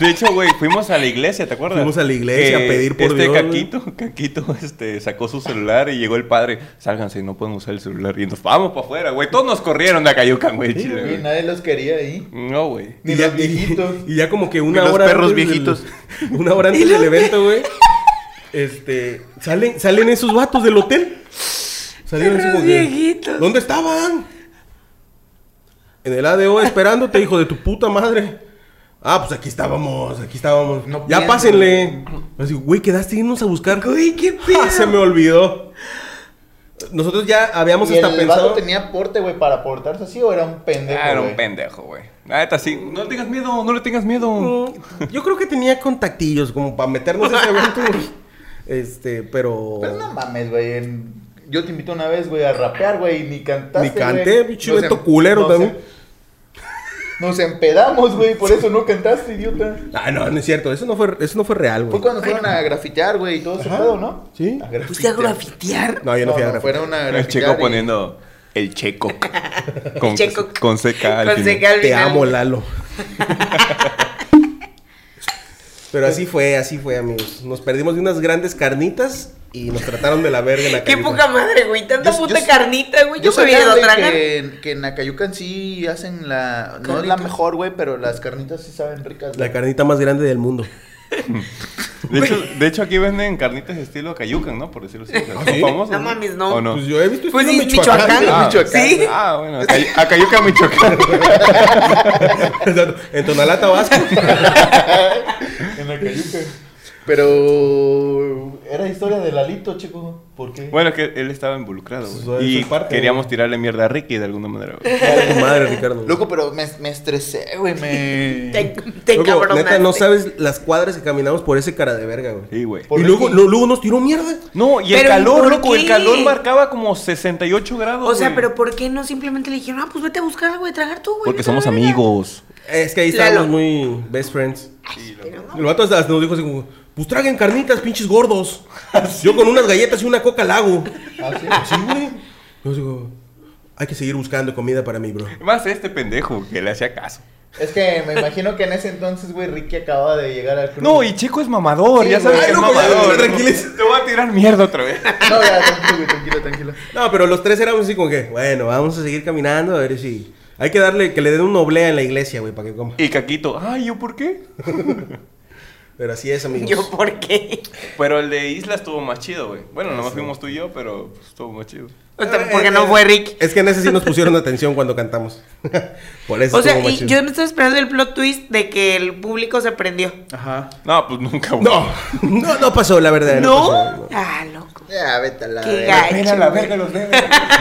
De hecho, güey, fuimos a la iglesia, ¿te acuerdas? Fuimos a la iglesia Que a pedir por este Dios, Caquito, Caquito, este, sacó su celular y llegó el padre. Sálganse, no pueden usar el celular. Y nos vamos para afuera, güey. Todos nos corrieron de Acayucan, güey. Sí, chile, güey, güey. nadie los queería ahí. No, güey. Ni y los ya, y- viejitos. Y, ya como que una Ni los hora. perros antes del- viejitos. una hora antes del evento, güey. Este. Salen, salen esos vatos del hotel. Salieron así Perros como que, viejitos. ¿Dónde estaban? En el ADO esperándote, hijo de tu puta madre. Ah, pues aquí estábamos, aquí estábamos. No ya pienso. pásenle. Así, güey, quedaste irnos a buscar. Güey, qué Ah, se me olvidó. Nosotros ya habíamos ¿Y hasta el pensado. vato tenía porte, güey, para portarse así o era un pendejo? Ah, era un güey? pendejo, güey. La neta, sí. No le tengas miedo, no le tengas miedo. Mm, Yo creo que tenía contactillos como para meternos a ese evento. güey. Este, pero. Pero Pues no mames, güey. en- Yo te invito una vez, güey, a rapear, güey, y ni cantaste. Ni canté, güey. pinche Nos Beto em- culero nos también. em- Nos empedamos, güey, por eso no cantaste, idiota. Ah, no, no es cierto. Eso no fue, eso no fue real, Fue güey. cuando fueron a grafitear, güey, y todo ese pedo, ¿no? Sí. A ¿Fuiste a grafitear. Pues grafitear? No, yo no, fui a No, no, grabar. fueron a El grafitear. checo y- poniendo el checo. Con, El checo. Con seca. Con seca al Te final. amo, Lalo. pero así fue, así fue, amigos. Nos perdimos de unas grandes carnitas y nos trataron de la verga en la Qué calle. poca madre, güey. Tanta Yo- yo- puta carnita, güey. Yo, Yo me sabía hubiera ido a güey, tragar. que, que en Nacayucan sí hacen la. No es la Carnitas. mejor, güey, pero las carnitas sí saben ricas. La güey. carnita más grande del mundo. De hecho, de hecho, aquí venden carnitas estilo Acayucan, ¿no? Por decirlo así. O sea, son ¿Sí? famosos, No mames, no. ¿O no? Pues yo he visto Pues sí, estilo es Michoacán. Ah, Michoacán. Sí. Ah, bueno, Acay- Acayucan, Michoacán. Exacto, en Tonalá, Tabasco. En Nacayucan. Pero. Era historia de Lalito, chico. ¿Por qué? Bueno, que él estaba involucrado, Eso es güey. Y parte, queríamos güey. tirarle mierda a Ricky de alguna manera, güey. Ay, tu madre, Ricardo. Loco, pero me, me estresé, güey. Me. Te, te Loco, neta, no encabronaste. sabes las cuadras que caminamos por ese cara de verga, güey. Sí, güey. Por Y luego, Ricky. lo- luego nos tiró mierda. No, y el Pero, calor, ¿por loco, el qué? calor marcaba como 68 grados. O sea, güey. pero ¿por qué no simplemente le dijeron, ah, pues vete a buscar algo de tragar tú, güey? Porque vete a la somos verga"? amigos. Es que ahí Lalo. estábamos muy best friends. Pero no. El vato hasta nos dijo así como, pues traguen carnitas, pinches gordos. Yo con unas galletas y una coca al hago. Ah, sí. Sí, güey. Yo digo, hay que seguir buscando comida para mí, bro. Más este pendejo que le hacía caso. Es que me imagino que en ese entonces, güey, Ricky acababa de llegar al club. No, y Checo es mamador, Sí, ya sabes güey. que es Ay, loco, ya, mamador. tranquiliza. Te voy a tirar mierda otra vez. No, ya, tranquilo, güey, tranquilo, tranquilo. No, pero los tres éramos así como que, bueno, vamos a seguir caminando a ver si... Hay que darle, que le den una oblea en la iglesia, güey, para que coma. Y Caquito, ay, ¿yo por qué? Pero así es, amigos. Yo, ¿por qué? Pero el de Isla estuvo más chido, güey. Bueno, nomás fuimos tú y yo, pero pues, estuvo más chido. O sea, porque no fue Ricky. Eh, Es que en ese sí nos pusieron atención cuando cantamos. Por eso O sea, estuvo más y chido. yo me estaba esperando el plot twist de que el público se prendió. Ajá. No, pues nunca, güey. No, no, no pasó, la verdad. ¿No? pasó, no. Ah, loco. Ya, vete a la Qué verga. gacho. Mira la güey. verga, los dedos.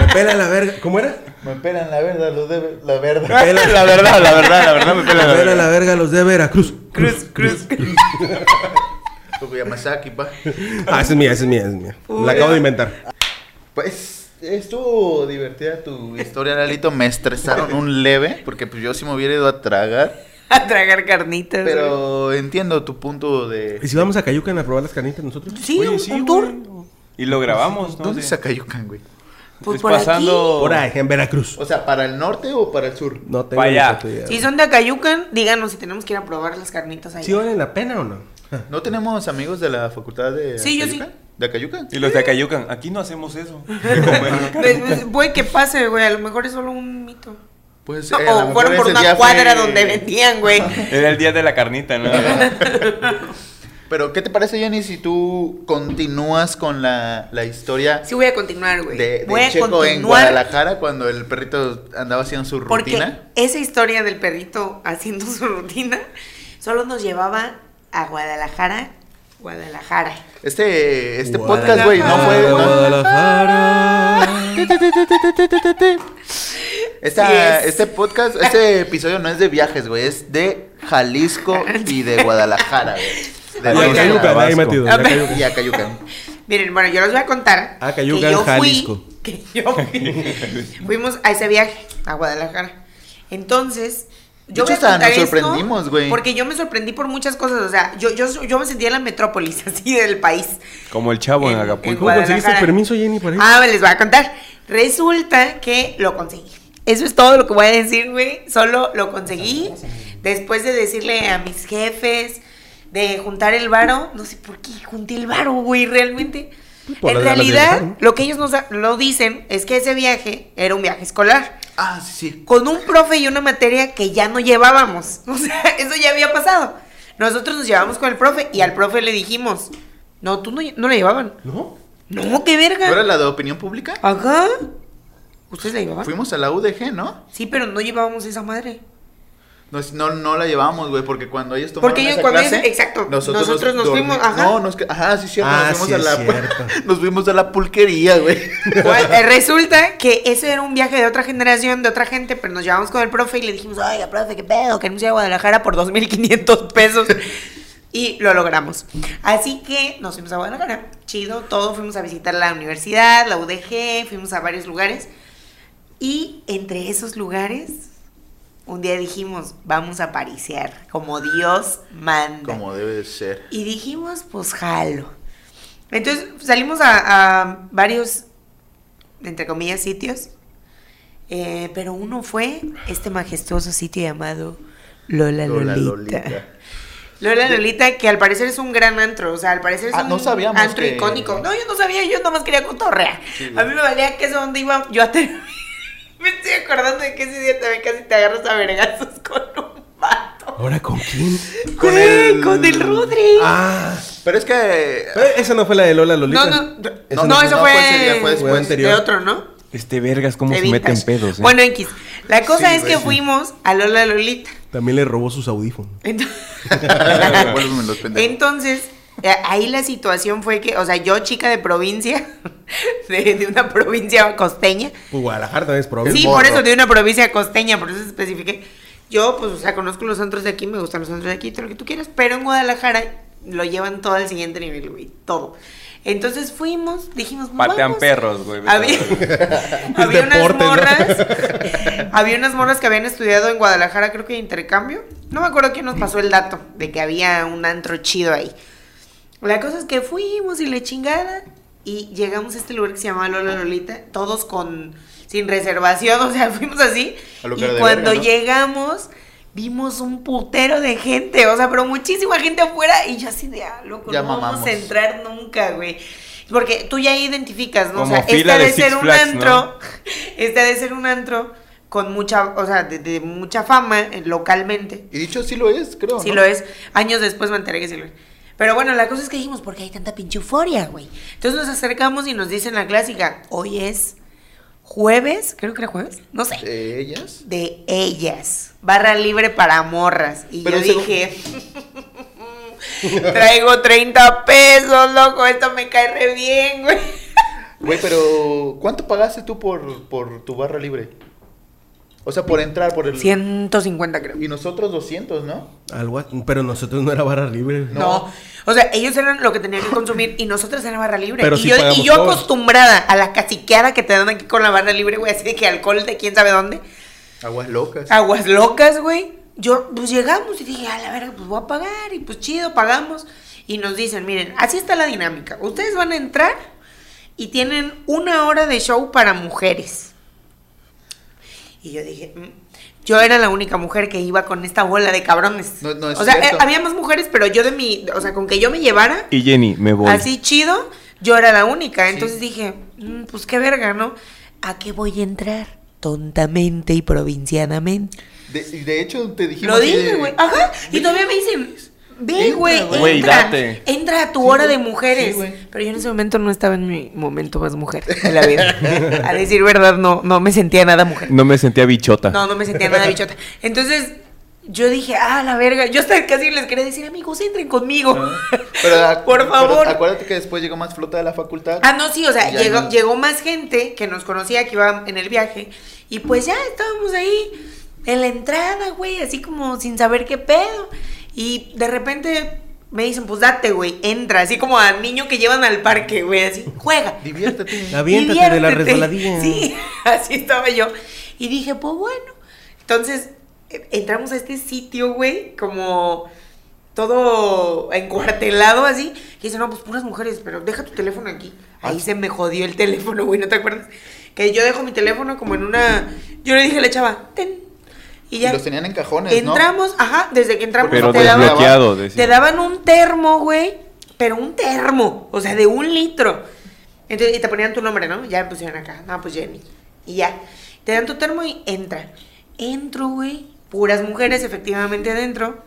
Me pela la verga. ¿Cómo era? Me pelan la verdad, los de la verdad. pela- la verdad, la verdad, la verdad me Me pela la pela verga. la verga los de Veracruz. Cruz, cruz, cruz. Loco, Yamasaki, pa. Ah, esa es mía, esa es mía, esa es mía. Uy. La acabo de inventar. Pues estuvo divertida tu historia, Lalito. Me estresaron un leve, porque pues yo sí me hubiera ido a tragar. A tragar carnitas. güey. Pero entiendo tu punto ¿Y de. si vamos a Cayucan a probar las carnitas nosotros? Sí, Oye, un, sí, un tour. güey. Y lo grabamos, ¿no? ¿Dónde Sí. Sacayucan, güey? Pues Pues por pasando- Por ahí, en Veracruz. O sea, ¿para el norte o para el sur? No tengo Pa' ni allá. puta idea. aquí. Si son de Acayucan, díganos si tenemos que ir a probar las carnitas ahí. ¿Sí valen la pena o no? ¿No tenemos amigos de la facultad de Sí, yo Acayucan? sí. ¿De Acayucan? Y los de Acayucan, aquí no hacemos eso. De comer carnitas. Pues, Puede que pase, güey. A lo mejor es solo un mito. Pues, eh, a lo o mejor fueron por ese una día cuadra fue- donde vendían, güey. Era el día de la carnita, ¿no? Pero, ¿qué te parece, Jenny, si tú continúas con la, la historia Sí, voy a continuar, güey. de, de voy a Checo en continuar. Guadalajara cuando el perrito andaba haciendo su Porque rutina? esa historia del perrito haciendo su rutina solo nos llevaba a Guadalajara. Guadalajara. Este, este podcast, güey, no fue... Guadalajara. Esta- Sí es. Este podcast, este episodio no es de viajes, güey, es de Jalisco y de Guadalajara, güey. De Oigan. Guadalajara, Acayucan, ahí Tabasco. metido, ya Acayucan. Y Acayucan. Miren, bueno, yo les voy a contar. Ah, Cayucan, Jalisco. Fui, que yo fui. Fuimos a ese viaje a Guadalajara. Entonces, De hecho, voy a hasta contar nos esto sorprendimos, güey. Porque yo me sorprendí por muchas cosas. O sea, yo, yo, yo me sentía en la metrópolis, así del país. Como el Ah, chavo en, En- en Acapulco. ¿Cómo conseguiste Guadalajara. el permiso, Jenny, para ir? Ah, les voy a contar. Resulta que lo conseguí. Eso es todo lo que voy a decir, güey. Solo lo conseguí. Después de decirle a mis jefes, de juntar el varo. No sé por qué junté el varo, güey, realmente. Pues por en las ganas de realidad, viajar, ¿no? lo que ellos nos da- lo dicen es que ese viaje era un viaje escolar. Ah, sí, sí. Con un profe y una materia que ya no llevábamos. O sea, eso ya había pasado. Nosotros nos llevamos con el profe y al profe le dijimos, no, tú no, lle- no la llevaban. ¿No? No, qué verga. ¿No era la de opinión pública? Ajá. ¿Ustedes la llevaban? Fuimos a la UDG, ¿no? Sí, pero no llevábamos esa madre. No, es- no, no la llevábamos, güey, porque cuando ellos tomaron Porque ellos- esa cuando clase, ellos- exacto, nosotros nos dormi- fuimos, ajá. No, nos, que- ajá, sí, cierto, Ah, nos fuimos sí, a es la cierto. nos fuimos a la pulquería, güey. Bueno, eh, Resulta que ese era un viaje de otra generación, de otra gente, pero nos llevamos con el profe y le dijimos, oiga, profe, qué pedo, queremos ir a Guadalajara por 2.500 pesos. Y lo logramos. Así que nos fuimos a Guadalajara. Chido, todo. Fuimos a visitar la universidad, la UDG, fuimos a varios lugares. Y entre esos lugares, un día dijimos, vamos a parisear, como Dios manda. Como debe de ser. Y dijimos, pues jalo. Entonces salimos a, a varios, entre comillas, sitios. eh, pero uno fue este majestuoso sitio llamado Lola Lolita. Lola Lola Lolita. Lolita. que al parecer es un gran antro, o sea, al parecer es Ah, un no sabíamos antro que- icónico. No, yo no sabía, yo nomás quería cotorrear. a mí me valía que eso donde iba yo a terminar. Me estoy acordando de que ese día también casi te agarras a vergazos con un vato. ¿Ahora con quién? Con Güey, el- con el Rodri. Ah, Pero es que eh, esa no fue la de Lola No, Lolita. no, Eso no, no- eso no fue, fue ese día, fue después. Fue anterior. de otro, ¿no? Este vergas, cómo De se mete en vintage. pedos. eh? Bueno, X. La cosa Sí, es güey, que fuimos a Lola Lolita. También le robó sus audífonos. Entonces, Vuélvemelo, pendejo. Entonces, eh, ahí la situación fue que, o sea, yo chica de provincia, de, de una provincia costeña. Pues Guadalajara también es probable. sí, morro. por eso, de una provincia costeña, por eso especifiqué. Yo, pues, o sea, conozco los antros de aquí, me gustan los antros de aquí, todo lo que tú quieras, pero en Guadalajara lo llevan todo al siguiente nivel, güey, todo. Entonces fuimos, dijimos, Patean vamos. perros, güey. Había, había deporte, ¿no? unas morras. había unas morras que habían estudiado en Guadalajara, creo que de intercambio. No me acuerdo quién nos pasó el dato de que había un antro chido ahí. La cosa es que fuimos y le chingada. Y llegamos a este lugar que se llamaba Lola Lolita, todos con sin reservación, o sea, fuimos así. A lo Y que era de cuando verga, ¿no? llegamos, vimos un putero de gente, o sea, pero muchísima gente afuera. Y yo así de, ah, loco, Ya no mamamos. vamos a entrar nunca, güey. Porque tú ya identificas, ¿no? Como o sea, fila esta de de ser Six un Flags, antro, ¿no? esta de ser un antro con mucha, o sea, de, de mucha fama eh, localmente. Y dicho sí lo es, creo. Sí ¿no? lo es. Años después me enteré que sí lo es. Pero bueno, la cosa es que dijimos, ¿por qué hay tanta pinche euforia, güey? Entonces nos acercamos y nos dicen la clásica, hoy es jueves, creo que era jueves, no sé, ¿De ellas? de ellas, barra libre para morras. Y Pero yo según- dije, traigo 30 pesos, loco, esto me cae re bien, güey. Güey, pero ¿cuánto pagaste tú por, por tu barra libre? O sea, por entrar por el 150 creo. y nosotros 200, ¿no? Algo, a- pero nosotros no era barra libre. güey. No. O sea, ellos eran lo que tenían que consumir y nosotras era barra libre. Pero y, sí yo, pagamos y yo todos. acostumbrada a la caciqueada que te dan aquí con la barra libre, güey, así de que alcohol de quién sabe dónde. Aguas locas. Aguas locas, güey. Yo, pues llegamos y dije, a la verga, pues voy a pagar. Y pues chido, pagamos. Y nos dicen, miren, así está la dinámica. Ustedes van a entrar y tienen una hora de show para mujeres. Y yo dije, "Mm". yo era la única mujer que iba con esta bola de cabrones. No- no es o sea, cierto. eh, había más mujeres, pero yo de mi, o sea, con que yo me llevara, Y Jenny, me voy. así chido, yo era la única. Entonces dije, "Mm, pues qué verga, ¿no? ¿A qué voy a entrar? Tontamente y provincianamente. De, y de hecho te dijimos Lo así de- dije, güey. Ajá. Y todavía me dicen, ve, Entra, güey, güey. Güey, entra. date. Entra a tu Sí, hora güey. de mujeres. Sí, güey. Pero yo en ese momento no estaba en mi momento más mujer de la vida. a decir verdad, no, no me sentía nada mujer. No me sentía bichota. No, no me sentía nada bichota. Entonces, yo dije, ah, la verga. Yo hasta casi les quería decir, amigos, entren conmigo. Pero ac- Por pero favor. acuérdate que después llegó más flota de la facultad. Ah, no, sí, o sea, Ya llegó, no. llegó más gente que nos conocía, que iba en el viaje, y pues ya estábamos ahí en la entrada, güey, así como sin saber qué pedo. Y de repente me dicen, pues date, güey, entra, así como al niño que llevan al parque, güey, así, juega. Diviértete. Aviéntate de la diviértete. resbaladilla. Sí, así estaba yo. Y dije, pues bueno. Entonces, eh, entramos a este sitio, güey, como todo encuartelado así. Que dice, no, pues puras mujeres, pero deja tu teléfono aquí. Ahí se me jodió el teléfono, güey, ¿no te acuerdas? Que yo dejo mi teléfono como en una... Yo le dije a la chava, ten. Y ya. Los tenían en cajones, ¿no? Ah, Entramos, ajá, desde que entramos Pero te daban- desbloqueado, te decía. daban un termo, güey, pero un termo, o sea, de un litro. Entonces, y te ponían tu nombre, ¿no? Ya me pusieron acá, no, pues Jenny. Y ya, te dan tu termo y entra. Entro, güey, puras mujeres efectivamente adentro.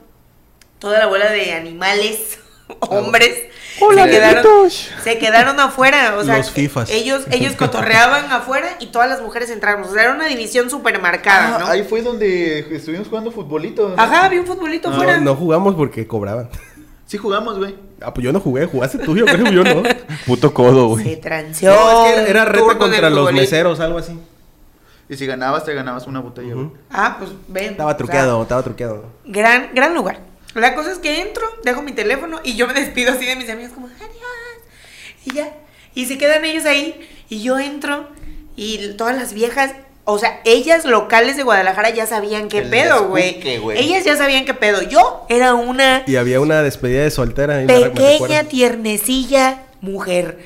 Toda la bola de animales, hombres. se, quedaron, se quedaron afuera, o sea, Los fifas. ellos ellos cotorreaban afuera y todas las mujeres entramos. O sea, era una división súper marcada, Ah, ¿no? ahí fue donde estuvimos jugando futbolito. ¿no? Ajá, había un futbolito afuera. No, no jugamos porque cobraban. Sí jugamos, güey. Ah, pues yo no jugué, jugaste tú, yo creo, yo no. Puto codo, Se güey. transeó. No, es que era, era un reto turno en contra el los futbolito. meseros, algo así. Y si ganabas, te ganabas una botella, güey. Ujú. Ah, pues ven. o Estaba sea, truqueado, estaba truqueado. gran, gran lugar. La cosa es que entro, dejo mi teléfono y yo me despido así de mis amigos como, adiós. Y ya. Y se quedan ellos ahí y yo entro y todas las viejas, o sea, ellas locales de Guadalajara ya sabían qué El pedo, güey. descuque, güey. Ellas ya sabían qué pedo. Yo era una Y había una despedida de soltera. ahí me re- me pequeña, recuerdo. tiernecilla mujer.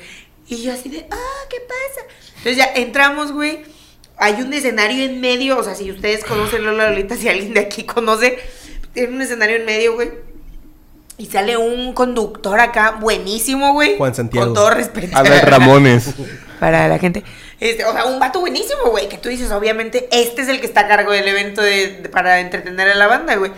Y yo así de, ah, ¿qué pasa? Entonces ya entramos, güey. Hay un escenario en medio, o sea, si ustedes conocen Lola Lolita, si alguien de aquí conoce, tiene un escenario en medio, güey. Y sale un conductor acá, buenísimo, güey. Juan Santiago. Con todo respeto. Abel Ramones. Para la gente. Este, o sea, un vato buenísimo, güey. Que tú dices, obviamente, este es el que está a cargo del evento de, de- para entretener a la banda, güey.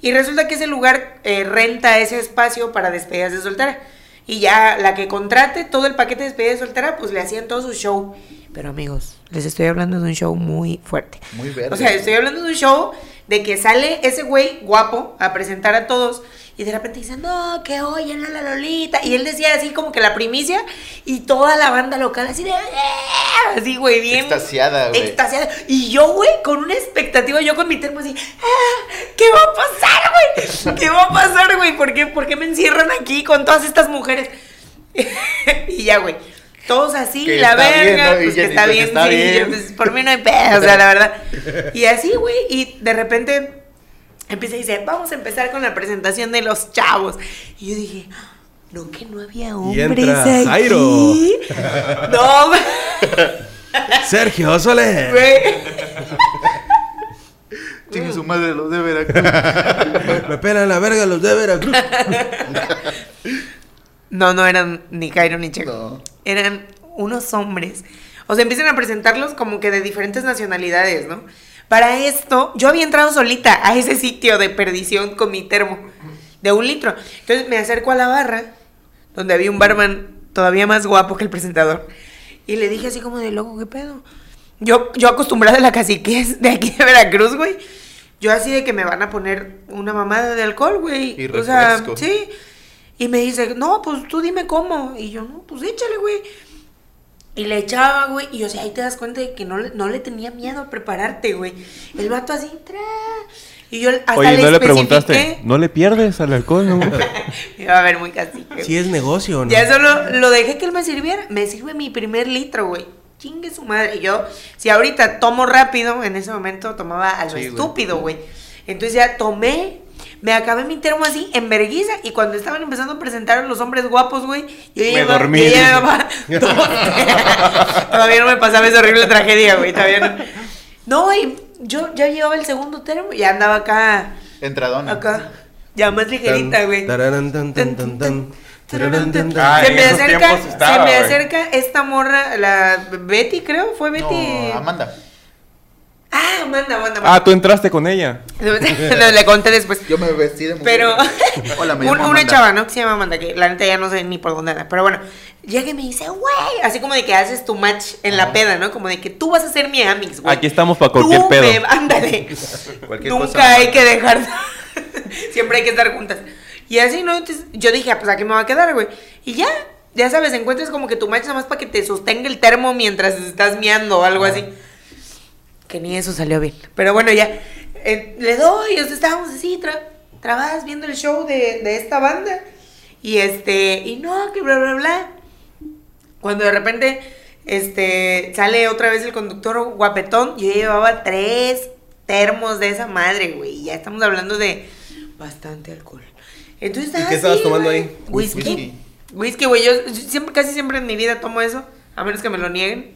Y resulta que ese lugar eh, renta ese espacio para despedidas de soltera. Y ya la que contrate todo el paquete de despedidas de soltera, pues le hacían todo su show. Pero amigos, les estoy hablando de un show muy fuerte. Muy verde. O sea, estoy hablando de un show de que sale ese güey guapo a presentar a todos y de repente dicen, no, que hoy en la Lolita. Y él decía así como que la primicia y toda la banda local así de, "¡Eh!", así güey, bien. Extasiada, güey. extasiada. Y yo, güey, con una expectativa, yo con mi termo así, "¡Ah! ¿qué va a pasar, güey? ¿Qué va a pasar, güey? ¿Por qué, ¿Por qué me encierran aquí con todas estas mujeres? y ya, güey. Todos así, Que la está bien, verga, ¿no? Y pues que Jenny, está pues, bien, está sí, bien. yo, pues, por mí no hay pedo, o sea, la verdad. Y así, güey, y de repente empieza y dice, vamos a empezar con la presentación de los chavos. Y yo dije, no, que no había hombres entra aquí. Jairo. No, Sergio Soler. güey. Chingue Mm. su madre, los de Veracruz. Me pelan la verga los de Veracruz. No, no eran ni Jairo ni Checo. No. Eran unos hombres. O sea, empiezan a presentarlos como que de diferentes nacionalidades, ¿no? Para esto, yo había entrado solita a ese sitio de perdición con mi termo de un litro. Entonces me acerco a la barra, donde había un barman todavía más guapo que el presentador. Y le dije así como de loco, ¿qué pedo? Yo, yo acostumbrada a la caciquez de aquí de Veracruz, güey. Yo así de que me van a poner una mamada de alcohol, güey. Y o sea, refresco. sí. Y me dice, no, pues tú dime cómo. Y yo, no, pues échale, güey. Y le echaba, güey. Y o sea, ahí te das cuenta de que no le, no le tenía miedo a prepararte, güey. El vato así, tra. Y yo hasta Oye, le no le especifiqué. preguntaste, ¿no le pierdes al alcohol? No? Me va a ver muy cacique. Si es negocio, o ¿no? Ya solo lo dejé que él me sirviera. Me sirve mi primer litro, güey. Chingue su madre. Y Yo, si ahorita tomo rápido, en ese momento tomaba a lo Sí, güey. estúpido, güey. Entonces ya tomé, me acabé mi termo así, en verguiza. Y cuando estaban empezando a presentar a los hombres guapos, güey, yo Me llevaba- dormí, yo dice. llevaba dos- Todavía no me pasaba esa horrible tragedia, güey. Todavía no. No, y yo ya llevaba el segundo termo y andaba acá, Entradona. acá. Ya más ligerita, güey. Tararán, tan, tan, tan, tan. Tararán, tan, tan. Ay, Se en me esos acerca, tiempos estaba, se me güey. acerca esta morra, la Betty, creo, fue Betty. No, Amanda. Ah, Amanda, Amanda. Ah, Amanda. tú entraste con ella. No, le conté después. Yo me vestí de mujer. Pero Hola, me un- llamo una Amanda. chava, ¿no? Que se llama Amanda, que la neta ya no sé ni por dónde anda. Pero bueno, llega y me dice, güey, así como de que haces tu match en la peda, ¿no? Como de que tú vas a ser mi amix, güey. Aquí estamos para cualquier Tú pedo. me- ándale. Cualquier Nunca cosa. hay que dejar. Siempre hay que estar juntas. Y así, ¿no? Entonces, yo dije, ah, pues aquí me va a quedar, güey. Y ya, ya sabes, encuentras como que tu match nada más para que te sostenga el termo mientras estás miando o algo así. Que ni eso salió bien. Pero bueno, ya. eh, le doy, o sea, estábamos así, tra trabadas viendo el show de, de esta banda. Y este, y no, que bla, bla, bla. Cuando de repente este, sale otra vez el conductor guapetón, yo ya llevaba tres termos de esa madre, güey. y Ya estamos hablando de bastante alcohol. Entonces, ¿Y ah, qué estabas sí, tomando güey. ahí? Whisky. Whisky. Whisky, güey. Yo siempre, casi siempre en mi vida tomo eso, a menos que me lo nieguen.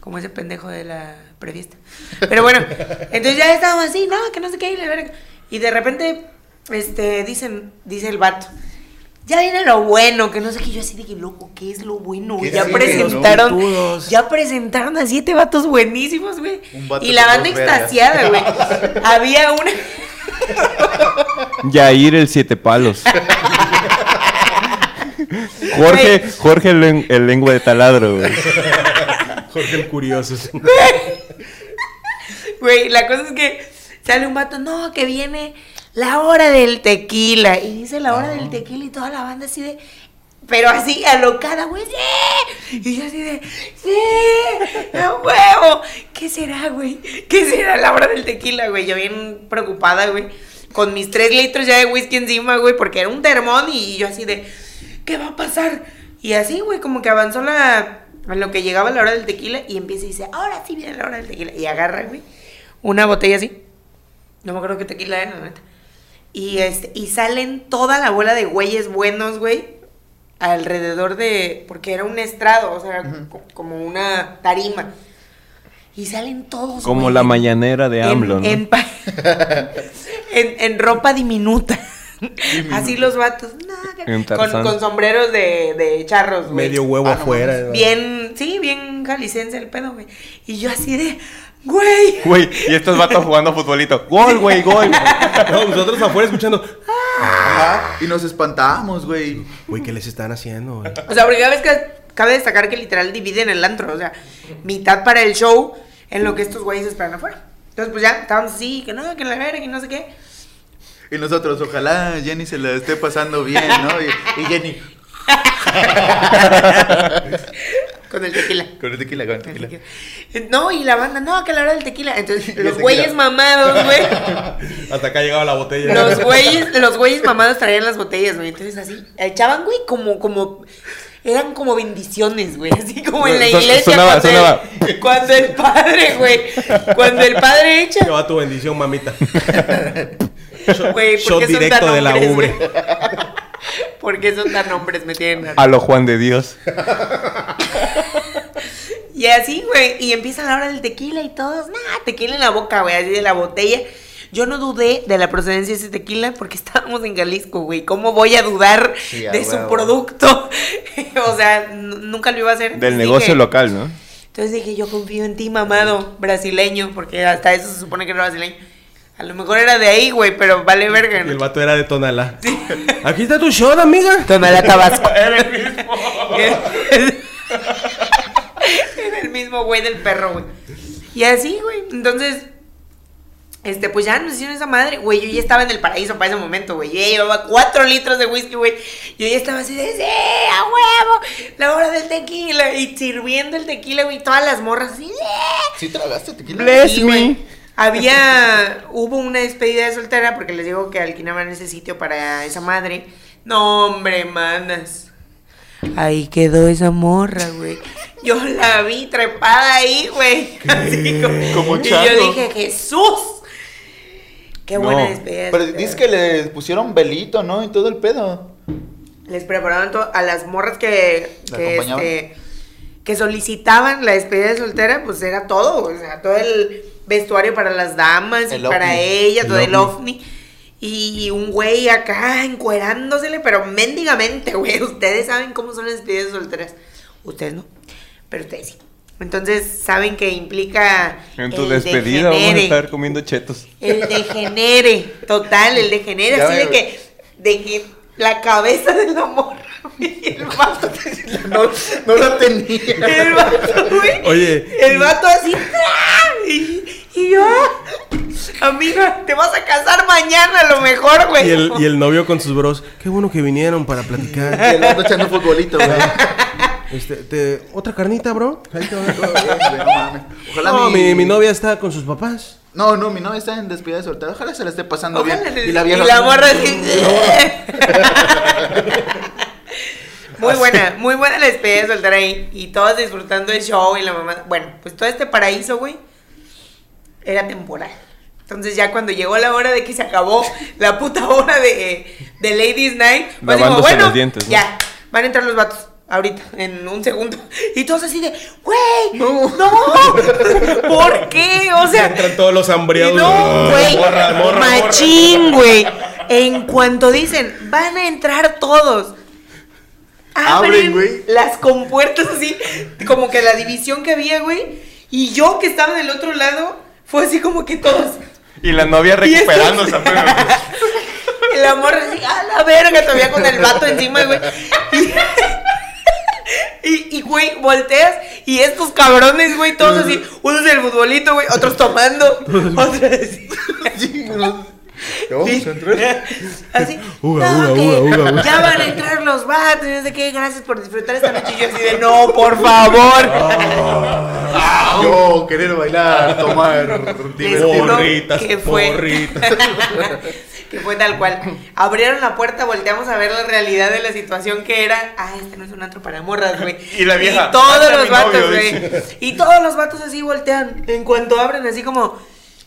Como ese pendejo de la prefiesta. Pero bueno, entonces ya estábamos así, no, que no sé qué, y la verga. Y de repente, este, dicen, dice el vato, ya viene lo bueno, que no sé qué. Yo así de que, loco, ¿qué es lo bueno? ¿Qué Ya es lo presentaron, bueno? Todos. ya presentaron a siete vatos buenísimos, güey. Un vato Y la con banda dos vergas. extasiada, güey. Había una... Yair el siete palos. Jorge, Jorge el, len- el lengua de taladro, güey. Pues, Jorge el Curioso. Güey, la cosa es que sale un vato, no, que viene la hora del tequila. Y dice la hora del tequila y toda la banda así de. Pero así, alocada, güey, ¡sí! Y yo así de, ¡sí! ¡A huevo! ¿Qué será, güey? ¿Qué será la hora del tequila, güey? Yo bien preocupada, güey. Con mis tres litros ya de whisky encima, güey, porque era un termón y yo así de, ¿qué va a pasar? Y así, güey, como que avanzó la. A lo que llegaba la hora del tequila y empieza y dice, ahora sí viene la hora del tequila. Y agarra, güey, una botella así. No me acuerdo qué tequila era, la neta. Y, este, y salen toda la bola de güeyes buenos, güey, alrededor de. Porque era un estrado, o sea, co- como una tarima. Y salen todos. Como güey, la en- mañanera de en- AMLO, ¿no? en, pa- en- en ropa diminuta. Así los vatos. no, que- En con, Tarzán. con sombreros de, de charros, güey. Medio huevo Ah, no afuera. mames. ¿no? Bien, sí, bien jalicense el pedo, güey. Y yo así de, güey. Güey, y estos vatos jugando futbolito. Gol, güey, gol. No, nosotros afuera escuchando. Ajá, y nos espantábamos, güey. Güey, ¿qué les están haciendo? güey? O sea, porque cada vez que cabe destacar que literal dividen el antro, o sea, mitad para el show en lo que estos güeyes esperan afuera. Entonces, pues ya, estaban así, que no, que la verga, que no sé qué. Y nosotros, ojalá Jenny se la esté pasando bien, ¿no? Y, y Jenny, Con el tequila. con el tequila, con el Así tequila. que- No, y la banda, no, que a la hora del tequila. Entonces, El los tequila. güeyes mamados, güey. Hasta acá llegaba la botella. Los güeyes, los güeyes mamados traían las botellas, güey. Entonces, así, echaban, güey, como, como. Eran como bendiciones, güey. Así como en la Son- iglesia. sonaba, cuando el- sonaba. cuando el padre, güey. Cuando el padre echa. Te va tu bendición, mamita. Güey, ¿por Shot qué son directo tan de la hombres, ubre. güey? ¿Por qué son tan hombres? Me tienen harto. A lo Juan de Dios. Y así, güey. Y empieza la hora del tequila y todos, nah, tequila en la boca, güey, así de la botella. Yo no dudé de la procedencia de ese tequila porque estábamos en Jalisco, güey. ¿Cómo voy a dudar Sí, a de su huevo. producto? o sea, n- nunca lo iba a hacer. Del Entonces negocio dije- local, ¿no? Entonces dije, yo confío en ti, mamado brasileño, porque hasta eso se supone que era brasileño. A lo mejor era de ahí, güey, pero vale verga. Y el ¿no? vato era de Tonalá. Aquí está tu shot, amiga. Tonalá Tabasco. Era el mismo. Era el mismo güey del perro, güey. Y así, güey. Entonces, este, pues ya nos hicieron esa madre, güey. Yo ya estaba en el paraíso para ese momento, güey. Yo ya llevaba cuatro litros de whisky, güey. Yo ya estaba así de, sí, a huevo, la hora del tequila. Y sirviendo el tequila, güey. Todas las morras así, "Sí". ¿Sí tragaste tequila? Bless Sí, me. güey. Había, hubo una despedida de soltera porque les digo que alquilaban ese sitio para esa madre. No, hombre, manas. Ahí quedó esa morra, güey. Yo la vi trepada ahí, güey. Así Como Y chango. yo dije, Jesús. Qué No, buena despedida. de Pero soltera. dices que le pusieron velito, ¿no? Y todo el pedo. Les prepararon to- a las morras que, ¿La que, acompañaban? este, que solicitaban la despedida de soltera, pues era todo, o sea, todo el vestuario para las damas y El para ovni, ella, el todo el ovni. ovni. Y un güey acá encuerándosele, pero mendigamente, güey. Ustedes saben cómo son las despedidas de solteras. Ustedes no, pero ustedes sí. Entonces saben que implica. En tu el despedida vamos a degenere. estar comiendo chetos. El degenere, total, el degenere. Ya así de me- que, de que la cabeza del amor, güey, el vato. No, no la tenía. El vato, güey. Oye. El vato así. ¡tra! Y, y yo, ah, amiga, te vas a casar mañana a lo mejor, güey. Y el, y el novio con sus bros. Qué bueno que vinieron para platicar. Y el otro echando futbolito, güey. Este, te- ¿Otra carnita, bro? Ahí te va. No mames. Ojalá No, mi, mi novia está con sus papás. No, no, mi novia está en despedida de soltera. Ojalá se la esté pasando Ojalá bien. le- Y la vieja. morra así. "Eh". Muy buena, muy buena la despedida de soltar ahí. Y todos disfrutando el show y la mamá. Bueno, pues todo este paraíso, güey, era temporal. Entonces ya cuando llegó la hora de que se acabó la puta hora de, de Ladies Night, pues digo, Lavándose bueno, los dientes, ¿no? ya, van a entrar los vatos ahorita, en un segundo. Y todos así de, güey, no. ¿por qué? O sea, Entran todos los hambriados. no, güey, Morra, morra, morra. machín, güey. En cuanto dicen, van a entrar todos. Abren, Abren, güey. las compuertas así, como que la división que había, güey. Y yo que estaba del otro lado, fue así como que todos. Y la novia Y esto- recuperándose. pero- Y la morra así, a la verga, todavía con el vato encima, güey. Y- Y, y, güey, volteas y estos cabrones, güey, todos así, unos del futbolito, güey, otros tomando, otros así. ¿Cómo se entró? Así, Uga, no, uga, que uga, uga, uga. ya van a entrar los vatos, no sé qué, gracias por disfrutar esta noche. Y yo así de, no, por favor. Yo querer bailar, tomar, Les divertirme. juro Porritas, porritas. que fue tal cual. Abrieron la puerta, volteamos a ver la realidad de la situación que era. Ah, este no es un antro para morras, güey. Y la vieja, Y todos "Hazte a los mi vatos, novio", güey. Y todos los vatos así voltean. En cuanto abren, así como.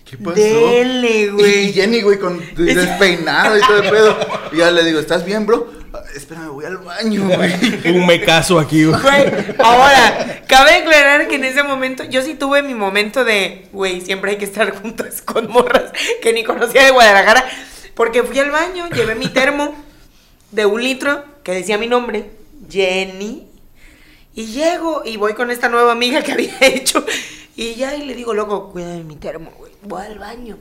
¿Qué pasó? Dele, Y güey. Jenny, güey, con despeinado y todo el pedo. Y ya le digo, ¿estás bien, bro? "Ah, Espérame, voy al baño, güey. Un mecazo aquí, güey. Güey, ahora, cabe aclarar que en ese momento, yo sí tuve mi momento de, güey, siempre hay que estar juntos con morras que ni conocía de Guadalajara, porque fui al baño, llevé mi termo de un litro que decía mi nombre, Jenny, y llego y voy con esta nueva amiga que había hecho, y ya y le digo, loco, cuídame mi termo, güey, voy al baño,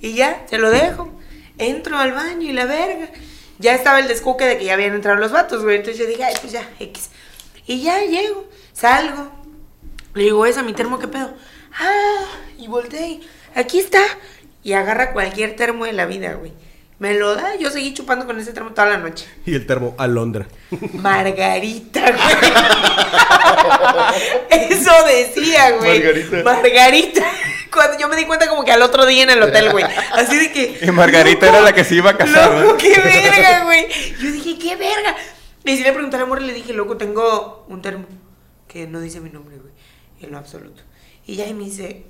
y ya, se lo dejo, entro al baño y la verga. Ya estaba el descuque de que ya habían entrado los vatos, güey. Entonces yo dije, ay, pues ya, X. Y ya llego, salgo. Le digo, es a mi termo, ¿qué pedo? Ah, y volteé, y, aquí está. Y agarra cualquier termo de la vida, güey. Me lo da, yo seguí chupando con ese termo toda la noche. Y el termo Alondra. Margarita, güey. Eso decía, güey. Margarita. Margarita. Cuando yo me di cuenta como que al otro día en el hotel, güey. Así de que. Y Margarita era la que se iba a casar, Loco, ¿no? qué verga, güey. Yo dije, qué verga. Y si le pregunté a la morra, le dije, loco, tengo un termo que no dice mi nombre, güey. En lo absoluto. Y ya y me dice,